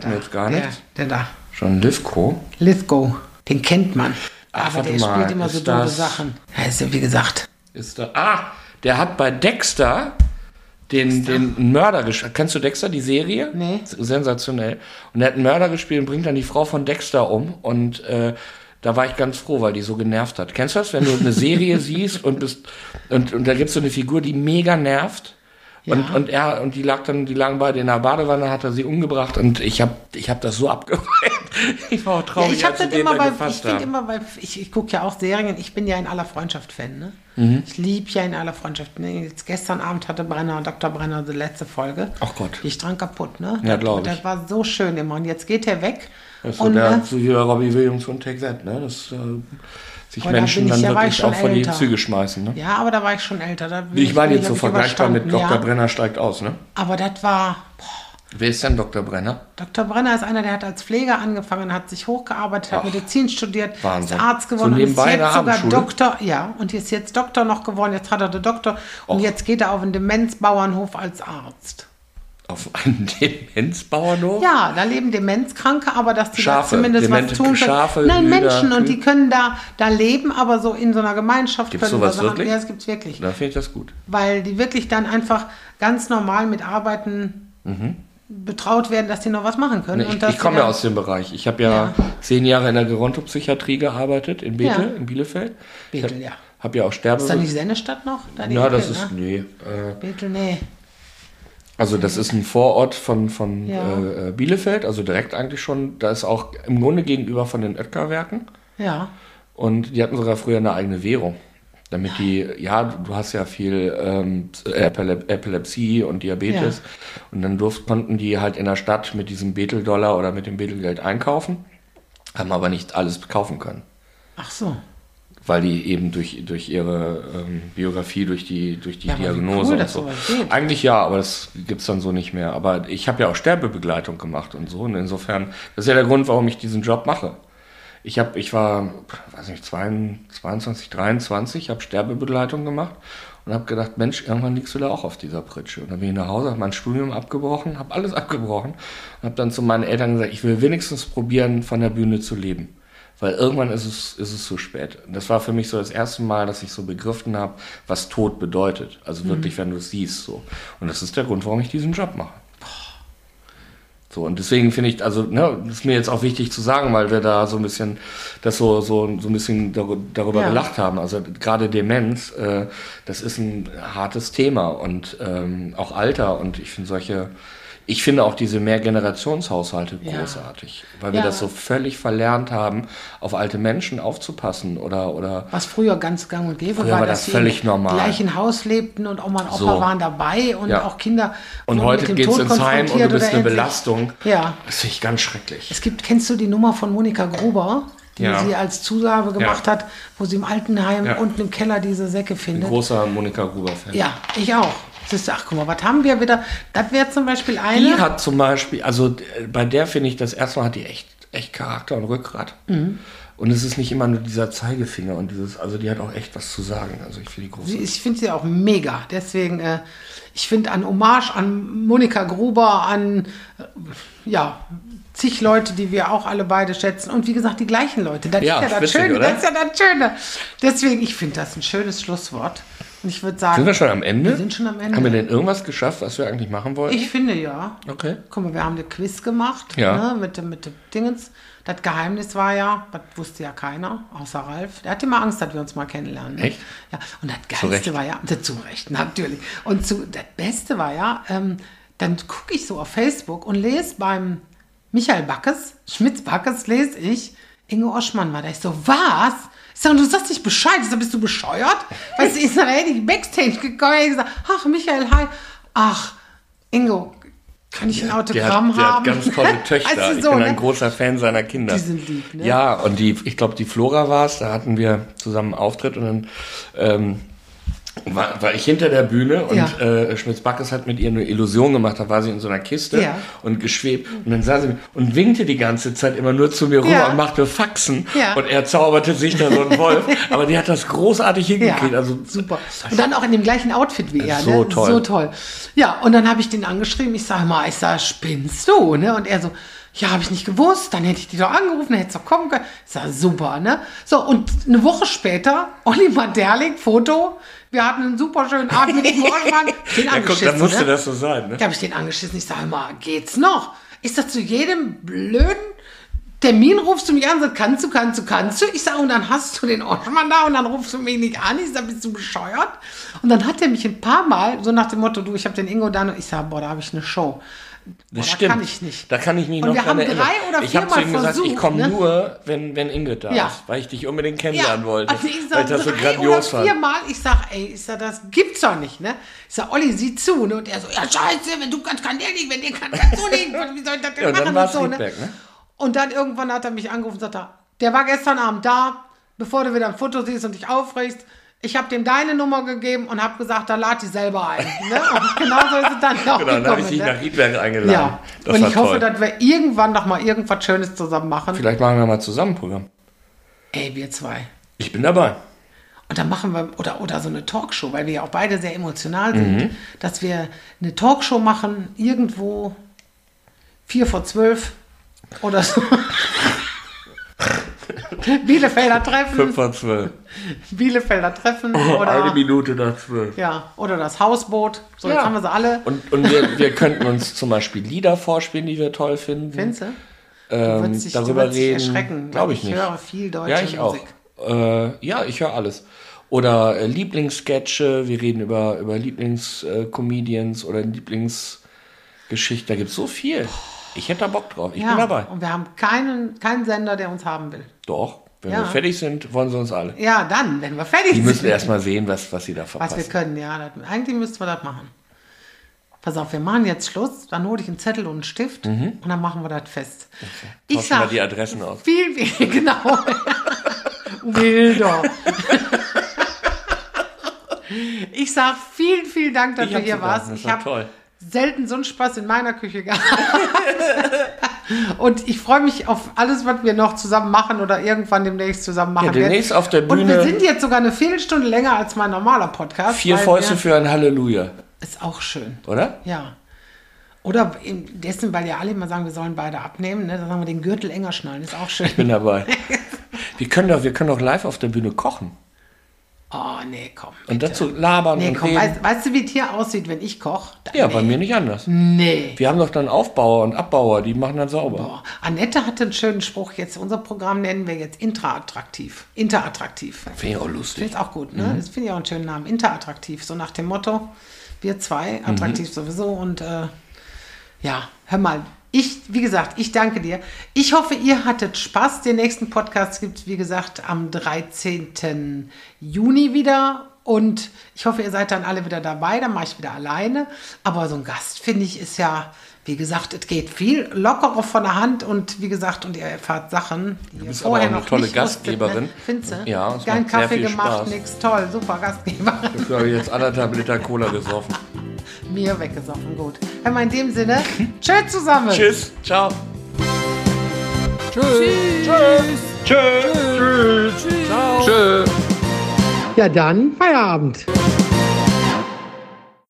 Speaker 1: Sagt mir
Speaker 6: Da,
Speaker 1: jetzt gar
Speaker 6: der,
Speaker 1: nichts.
Speaker 6: Der da.
Speaker 1: John Lithgow?
Speaker 6: Lithgow. Den kennt man.
Speaker 1: Ach,
Speaker 6: Aber
Speaker 1: warte
Speaker 6: der
Speaker 1: mal,
Speaker 6: spielt immer
Speaker 1: ist
Speaker 6: so doofe
Speaker 1: das-
Speaker 6: Sachen. Ja, ist ja wie gesagt.
Speaker 1: Ist da. Ah, der hat bei Dexter den, den Mörder gespielt. Kennst du Dexter, die Serie?
Speaker 6: Nee.
Speaker 1: S- Sensationell. Und der hat einen Mörder gespielt und bringt dann die Frau von Dexter um. Und äh, da war ich ganz froh, weil die so genervt hat. Kennst du das, wenn du eine Serie siehst und bist und, und da gibt es so eine Figur, die mega nervt? Und, und er und die lag dann, die lagen beide in der Badewanne, hat er sie umgebracht und ich habe ich hab das so abgeweiht. Ich war auch
Speaker 6: Ja,
Speaker 1: traurig,
Speaker 6: ich habe
Speaker 1: als sie
Speaker 6: das
Speaker 1: also den
Speaker 6: immer
Speaker 1: dann
Speaker 6: bei, ich
Speaker 1: gefasst
Speaker 6: finde
Speaker 1: haben.
Speaker 6: immer bei, ich, ich gucke ja auch Serien, ich bin ja in aller Freundschaft Fan, ne?
Speaker 1: Mhm.
Speaker 6: Ich liebe ja in aller Freundschaft. Ne? Jetzt gestern Abend hatte Brenner, Dr. Brenner, die letzte Folge.
Speaker 1: Ach Gott.
Speaker 6: Die ist dran kaputt, ne?
Speaker 1: Ja,
Speaker 6: Das-
Speaker 1: glaub ich.
Speaker 6: Das war so schön immer. Und jetzt geht er weg.
Speaker 1: Das ist so,
Speaker 6: und
Speaker 1: der,
Speaker 6: ne?
Speaker 1: so wie bei Robbie Williams und Take That, ne? Dass äh, sich
Speaker 6: Oh, da
Speaker 1: Menschen
Speaker 6: bin ich-
Speaker 1: dann
Speaker 6: da war ich
Speaker 1: wirklich
Speaker 6: schon
Speaker 1: auch vor die
Speaker 6: älter.
Speaker 1: Züge schmeißen, ne?
Speaker 6: äh, ja, aber da war ich schon älter. Da bin
Speaker 1: Ich meine jetzt so
Speaker 6: hab ich
Speaker 1: vergleichbar mit Dr.
Speaker 6: überstanden, Ja,
Speaker 1: Brenner steigt aus, ne?
Speaker 6: aber das war,
Speaker 1: Wer ist denn Dr. Brenner?
Speaker 6: Dr. Brenner ist einer, der hat als Pfleger angefangen, hat sich hochgearbeitet, hat
Speaker 1: Ach,
Speaker 6: Medizin studiert,
Speaker 1: Wahnsinn.
Speaker 6: ist Arzt
Speaker 1: So
Speaker 6: geworden, und ist
Speaker 1: nebenbei in der
Speaker 6: jetzt sogar
Speaker 1: Abendschule?
Speaker 6: Doktor, ja, und ist jetzt Doktor noch geworden, jetzt hat er den Doktor und
Speaker 1: Och.
Speaker 6: jetzt geht er auf einen Demenzbauernhof als Arzt.
Speaker 1: Auf einem Demenzbauernhof?
Speaker 6: Ja, da leben Demenzkranke, aber dass die da
Speaker 1: Schafe,
Speaker 6: zumindest
Speaker 1: demente
Speaker 6: was tun können.
Speaker 1: Schafe,
Speaker 6: Nein,
Speaker 1: Hühner,
Speaker 6: Menschen und
Speaker 1: Kühe.
Speaker 6: die können da, da leben, aber so in so einer Gemeinschaft
Speaker 1: Gibt's
Speaker 6: können
Speaker 1: sowas
Speaker 6: da Sachen-
Speaker 1: wirklich?
Speaker 6: Ja, das gibt's wirklich.
Speaker 1: Da finde ich das gut.
Speaker 6: Weil die wirklich dann einfach ganz normal mit Arbeiten betraut werden, dass die noch was machen können.
Speaker 1: Ne,
Speaker 6: und
Speaker 1: Mhm. ich
Speaker 6: dass
Speaker 1: ich
Speaker 6: die
Speaker 1: komme ja
Speaker 6: dann-
Speaker 1: aus dem Bereich. Ich habe ja, zehn Jahre in der Gerontopsychiatrie gearbeitet, in Bethel,
Speaker 6: Ja.
Speaker 1: in Bielefeld.
Speaker 6: Bethel,
Speaker 1: ich
Speaker 6: ja.
Speaker 1: Habe ja auch Sterbe.
Speaker 6: Ist da nicht Sennestadt noch? Da die
Speaker 1: ja,
Speaker 6: Ecke,
Speaker 1: das ist,
Speaker 6: Ne?
Speaker 1: nee. Äh,
Speaker 6: Bethel, nee.
Speaker 1: Also das ist ein Vorort von, von
Speaker 6: Ja.
Speaker 1: äh, äh, Bielefeld, also direkt eigentlich schon. Da ist auch im Grunde gegenüber von den Oetker-Werken.
Speaker 6: Ja.
Speaker 1: Und die hatten sogar früher eine eigene Währung. Damit die, ja, du hast ja viel ähm, Epile- Epilepsie und Diabetes. Und dann durft, konnten die halt in der Stadt mit diesem Beteldollar oder mit dem Betelgeld einkaufen, haben aber nicht alles kaufen können.
Speaker 6: Ach so.
Speaker 1: Weil die eben durch, durch ihre ähm, Biografie, durch die, durch die
Speaker 6: Ja, aber wie
Speaker 1: Diagnose
Speaker 6: cool,
Speaker 1: und
Speaker 6: dass
Speaker 1: so.
Speaker 6: sowas geht.
Speaker 1: Eigentlich ja, aber das gibt's dann so nicht mehr. Aber ich habe ja auch Sterbebegleitung gemacht und so. Und insofern, das ist ja der Grund, warum ich diesen Job mache. Ich, hab, ich war, pf, weiß nicht, 22, 23, habe Sterbebegleitung gemacht und habe gedacht, Mensch, irgendwann liegst du da auch auf dieser Pritsche. Und dann bin ich nach Hause, habe mein Studium abgebrochen, habe alles abgebrochen und habe dann zu meinen Eltern gesagt, ich will wenigstens probieren, von der Bühne zu leben. Weil irgendwann ist es, ist es zu spät. Und Das war für mich so das erste Mal, dass ich so begriffen habe, was Tod bedeutet. Also wirklich, wenn du es siehst. So. Und das ist der Grund, warum ich diesen Job mache. So, und deswegen finde ich, also, ne, ist mir jetzt auch wichtig zu sagen, weil wir da so ein bisschen, das so, so, so ein bisschen darü- darüber
Speaker 6: Ja.
Speaker 1: gelacht haben. Also, gerade Demenz, äh, das ist ein hartes Thema und ähm, auch Alter. Und ich finde solche, ich finde auch diese Mehrgenerationshaushalte
Speaker 6: Ja.
Speaker 1: großartig, weil wir
Speaker 6: Ja.
Speaker 1: das so völlig verlernt haben, auf alte Menschen aufzupassen oder, oder,
Speaker 6: Was früher ganz gang und gäbe
Speaker 1: Früher war das
Speaker 6: dass sie
Speaker 1: völlig
Speaker 6: im
Speaker 1: normal.
Speaker 6: gleichen Haus lebten und Oma und Opa
Speaker 1: So.
Speaker 6: waren dabei und
Speaker 1: Ja.
Speaker 6: auch Kinder. wurden
Speaker 1: und
Speaker 6: mit
Speaker 1: heute
Speaker 6: dem
Speaker 1: geht's
Speaker 6: Tod
Speaker 1: ins Heim und du
Speaker 6: konfrontiert
Speaker 1: bist
Speaker 6: oder
Speaker 1: eine
Speaker 6: ähnlich.
Speaker 1: Belastung.
Speaker 6: Ja.
Speaker 1: Das finde ich ganz schrecklich.
Speaker 6: Es gibt, kennst du die Nummer von Monika Gruber, die
Speaker 1: Ja.
Speaker 6: sie als Zusage gemacht
Speaker 1: Ja.
Speaker 6: hat, wo sie im Altenheim
Speaker 1: Ja.
Speaker 6: unten im Keller diese Säcke
Speaker 1: Ein
Speaker 6: findet?
Speaker 1: großer Monika Gruber-Fan.
Speaker 6: Ja, ich auch. Siehst du, ach guck mal, was haben wir wieder? Das wäre zum Beispiel eine.
Speaker 1: Die hat zum Beispiel, also äh, bei der finde ich, das erstmal hat die echt, echt Charakter und Rückgrat.
Speaker 6: Mhm.
Speaker 1: Und es ist nicht immer nur dieser Zeigefinger und dieses, also die hat auch echt was zu sagen. Also ich finde die
Speaker 6: Sie-
Speaker 1: große.
Speaker 6: Ich finde sie auch mega. Deswegen, äh, ich finde an Hommage an Monika Gruber, an äh, ja, zig Leute, die wir auch alle beide schätzen. Und wie gesagt, die gleichen Leute. Das
Speaker 1: Ja,
Speaker 6: ist ja das
Speaker 1: witzig,
Speaker 6: Schöne.
Speaker 1: oder?
Speaker 6: Das ist ja das Schöne. Deswegen, ich finde das ein schönes Schlusswort. Und ich würde
Speaker 1: Sind
Speaker 6: sagen,
Speaker 1: wir schon am Ende?
Speaker 6: Wir sind schon am Ende.
Speaker 1: Haben wir denn irgendwas geschafft, was wir eigentlich machen wollten?
Speaker 6: ich finde ja.
Speaker 1: okay.
Speaker 6: Guck mal, wir haben den Quiz gemacht
Speaker 1: Ja.
Speaker 6: ne, mit, dem, mit dem Dingens. Das Geheimnis war ja, das wusste ja keiner, außer Ralf. Der hatte immer Angst, dass wir uns mal kennenlernen. ne?
Speaker 1: Echt?
Speaker 6: Ja, und das
Speaker 1: Zu
Speaker 6: Geilste
Speaker 1: Recht.
Speaker 6: war ja, das zu Recht, natürlich. Und zu, das Beste war ja, ähm, dann gucke ich so auf Facebook und lese beim Michael Backes, Schmitz Backes, lese ich, Inge Oschmann war da. Ich so, was? Ich sag, du sagst nicht Bescheid. Ich sag, bist du bescheuert? Weißt du, ich sag, da hätte ich Backstage gekommen. Ich sag, ach, Michael, hi. Ach, Ingo, kann ich ein Autogramm
Speaker 1: der
Speaker 6: haben?
Speaker 1: Hat ganz tolle Töchter.
Speaker 6: Weißt du,
Speaker 1: ich
Speaker 6: so,
Speaker 1: bin
Speaker 6: ne?
Speaker 1: ein großer Fan seiner Kinder.
Speaker 6: Die sind lieb, ne?
Speaker 1: Ja, und die, ich glaube, die Flora war es, da hatten wir zusammen einen Auftritt und dann ähm, war, war ich hinter der Bühne und
Speaker 6: Ja.
Speaker 1: äh, Schmitz-Backes hat mit ihr eine Illusion gemacht, da war sie in so einer Kiste
Speaker 6: Ja.
Speaker 1: und geschwebt und dann sah sie mich und winkte die ganze Zeit immer nur zu mir rüber
Speaker 6: Ja.
Speaker 1: und machte Faxen
Speaker 6: Ja.
Speaker 1: und er zauberte sich da so einen Wolf, aber die hat das großartig hingekriegt. also
Speaker 6: super. Und dann auch in dem gleichen Outfit wie er.
Speaker 1: so
Speaker 6: ne?
Speaker 1: toll.
Speaker 6: So toll. Ja, und dann habe ich den angeschrieben. Ich sage mal, ich sage, spinnst du? Ne? Und er so, ja, habe ich nicht gewusst. Dann hätte ich die doch angerufen, dann hättest du doch kommen können. Ich sage, super, ne? So, und eine Woche später, Oliver Derling, Foto. Wir hatten einen super schönen Abend mit dem Ortmann. Den
Speaker 1: ja, guck, dann
Speaker 6: angeschissen,
Speaker 1: musste
Speaker 6: ne?
Speaker 1: das so sein. Ne?
Speaker 6: Da habe ich den angeschissen. Ich sage immer, geht's noch? Ist das zu jedem blöden Termin rufst du mich an und sagst, kannst du, kannst du, kannst du? Ich sage, und dann hast du den Orschmann da und dann rufst du mich nicht an. Ich sage, bist du bescheuert? Und dann hat er mich ein paar Mal, so nach dem Motto, du, ich habe den Ingo da. noch. Ich sage, boah, da habe ich eine Show. Boah,
Speaker 1: Das
Speaker 6: da
Speaker 1: stimmt.
Speaker 6: kann ich nicht.
Speaker 1: Da kann ich mich
Speaker 6: Und
Speaker 1: noch
Speaker 6: wir
Speaker 1: dran
Speaker 6: haben drei
Speaker 1: erinnern.
Speaker 6: oder
Speaker 1: ich habe zu
Speaker 6: viermal
Speaker 1: ihm gesagt, ich
Speaker 6: versucht,
Speaker 1: komme
Speaker 6: ne?
Speaker 1: nur, wenn, wenn Ingrid da
Speaker 6: Ja.
Speaker 1: ist, weil ich dich unbedingt kennenlernen wollte.
Speaker 6: also ich
Speaker 1: weil
Speaker 6: sag
Speaker 1: ich das so
Speaker 6: drei
Speaker 1: grandios
Speaker 6: oder
Speaker 1: fand.
Speaker 6: viermal, ich sag, ey, ich sag, das gibt's doch nicht, ne? Ich sag, Olli, sieh zu, ne? Und er so, ja, scheiße, wenn du kannst, kann der nicht, wenn der kann, kannst du nicht, wie soll ich das denn
Speaker 1: Ja, und dann
Speaker 6: machen?
Speaker 1: war's
Speaker 6: so,
Speaker 1: Feedback, ne?
Speaker 6: Und dann irgendwann hat er mich angerufen und sagt, er, der war gestern Abend da, bevor du wieder ein Foto siehst und dich aufregst. Ich habe dem deine Nummer gegeben und habe gesagt, da lad die selber ein. Ne? Und genau so ist es dann auch
Speaker 1: Genau, dann habe
Speaker 6: gekommen.
Speaker 1: ich dich nach
Speaker 6: Ne?
Speaker 1: Riedberg eingeladen.
Speaker 6: Ja,
Speaker 1: das
Speaker 6: und
Speaker 1: war
Speaker 6: ich hoffe,
Speaker 1: toll.
Speaker 6: dass wir irgendwann noch mal irgendwas Schönes zusammen machen.
Speaker 1: Vielleicht machen wir mal zusammen ein Programm.
Speaker 6: Ey, wir zwei.
Speaker 1: Ich bin dabei.
Speaker 6: Und dann machen wir, oder, oder so eine Talkshow, weil wir ja auch beide sehr emotional sind,
Speaker 1: Mhm.
Speaker 6: dass wir eine Talkshow machen, irgendwo vier vor zwölf oder so. Bielefelder Treffen,
Speaker 1: Fünf vor zwölf.
Speaker 6: Bielefelder Treffen
Speaker 1: Eine
Speaker 6: oder,
Speaker 1: Minute nach zwölf.
Speaker 6: ja, oder das Hausboot. So,
Speaker 1: Ja.
Speaker 6: jetzt haben wir sie alle.
Speaker 1: Und, und wir, wir könnten uns zum Beispiel Lieder vorspielen, die wir toll finden.
Speaker 6: Findest du?
Speaker 1: ähm,
Speaker 6: würdest dich- du
Speaker 1: darüber
Speaker 6: würdest dich
Speaker 1: reden.
Speaker 6: erschrecken,
Speaker 1: Glaube
Speaker 6: weil
Speaker 1: ich
Speaker 6: ich
Speaker 1: nicht.
Speaker 6: höre viel deutsche
Speaker 1: ja, ich
Speaker 6: Musik.
Speaker 1: Auch. Äh, ja, ich höre alles. Oder äh, Lieblingssketche, wir reden über, über Lieblingscomedians oder Lieblingsgeschichten. Da gibt es so viel. Ich hätte da Bock drauf. Ich
Speaker 6: Ja,
Speaker 1: bin dabei.
Speaker 6: Und wir haben keinen, keinen Sender, der uns haben will.
Speaker 1: Doch, wenn
Speaker 6: Ja.
Speaker 1: wir fertig sind, wollen sie uns alle.
Speaker 6: Ja, dann, wenn wir fertig
Speaker 1: Die
Speaker 6: sind.
Speaker 1: müssen erstmal sehen, was, was sie da
Speaker 6: Was wir
Speaker 1: verpassen.
Speaker 6: können, ja. Das, eigentlich müssten wir das machen. Pass auf, wir machen jetzt Schluss. Dann hole ich einen Zettel und einen Stift und dann machen wir das fest. Ich
Speaker 1: Mhm. Tauschen wir
Speaker 6: sag,
Speaker 1: die Adressen aus.
Speaker 6: viel, viel, genau. Wilder. ich sag vielen, vielen Dank, dass
Speaker 1: Ich
Speaker 6: du
Speaker 1: hab
Speaker 6: hier
Speaker 1: sogar,
Speaker 6: warst.
Speaker 1: das
Speaker 6: Ich
Speaker 1: war
Speaker 6: habe
Speaker 1: toll.
Speaker 6: selten so einen Spaß in meiner Küche gehabt. und ich freue mich auf alles, was wir noch zusammen machen oder irgendwann demnächst zusammen machen
Speaker 1: Ja, demnächst auf der
Speaker 6: und wir
Speaker 1: Bühne
Speaker 6: sind jetzt sogar eine Viertelstunde länger als mein normaler Podcast.
Speaker 1: vier
Speaker 6: weil
Speaker 1: Fäuste
Speaker 6: wir-
Speaker 1: für ein Halleluja,
Speaker 6: Ist auch schön,
Speaker 1: oder?
Speaker 6: ja. Oder in dessen, weil ja alle immer sagen, wir sollen beide abnehmen, ne? dann sagen wir den Gürtel enger schnallen, ist auch schön.
Speaker 1: Ich bin dabei. wir, können doch, wir können doch live auf der Bühne kochen
Speaker 6: Oh, nee, komm.
Speaker 1: und dazu labern
Speaker 6: Nee,
Speaker 1: und
Speaker 6: komm, also, weißt,
Speaker 1: reden.
Speaker 6: weißt du, wie es hier aussieht, wenn ich koche?
Speaker 1: Ja, bei mir nicht anders.
Speaker 6: Nee.
Speaker 1: Wir haben doch dann Aufbauer und Abbauer, die machen dann sauber.
Speaker 6: Boah. Annette hatte einen schönen Spruch, jetzt unser Programm nennen wir jetzt intraattraktiv. Interattraktiv.
Speaker 1: Finde ich auch lustig. Mhm.
Speaker 6: Ist auch gut, ne? Das finde ich auch einen schönen Namen. Interattraktiv, so nach dem Motto, wir
Speaker 1: Mhm.
Speaker 6: zwei, attraktiv sowieso und äh, ja, hör mal. Ich, wie gesagt, ich danke dir. Ich hoffe, ihr hattet Spaß. Den nächsten Podcast gibt es, wie gesagt, am 13. Juni wieder. Und ich hoffe, ihr seid dann alle wieder dabei. Dann mache ich wieder alleine. Aber so ein Gast, finde ich, ist ja, wie gesagt, es geht viel lockerer von der Hand. Und wie gesagt, und ihr erfahrt Sachen. Du
Speaker 1: bist aber auch eine tolle
Speaker 6: ne?
Speaker 1: Gastgeberin.
Speaker 6: Findest du?
Speaker 1: Ja, es
Speaker 6: Geilen
Speaker 1: macht sehr
Speaker 6: Kaffee
Speaker 1: viel
Speaker 6: gemacht,
Speaker 1: Spaß.
Speaker 6: nix. Toll, super Gastgeberin.
Speaker 1: Ich habe jetzt anderthalb Liter Cola gesoffen.
Speaker 6: Mir weggesoffen, gut. Hör mal, in dem Sinne, tschö zusammen.
Speaker 1: Tschüss, ciao. Tschüss. Tschüss. Tschüss. Tschüss. Ciao. Tschüss.
Speaker 5: Ja, dann Feierabend.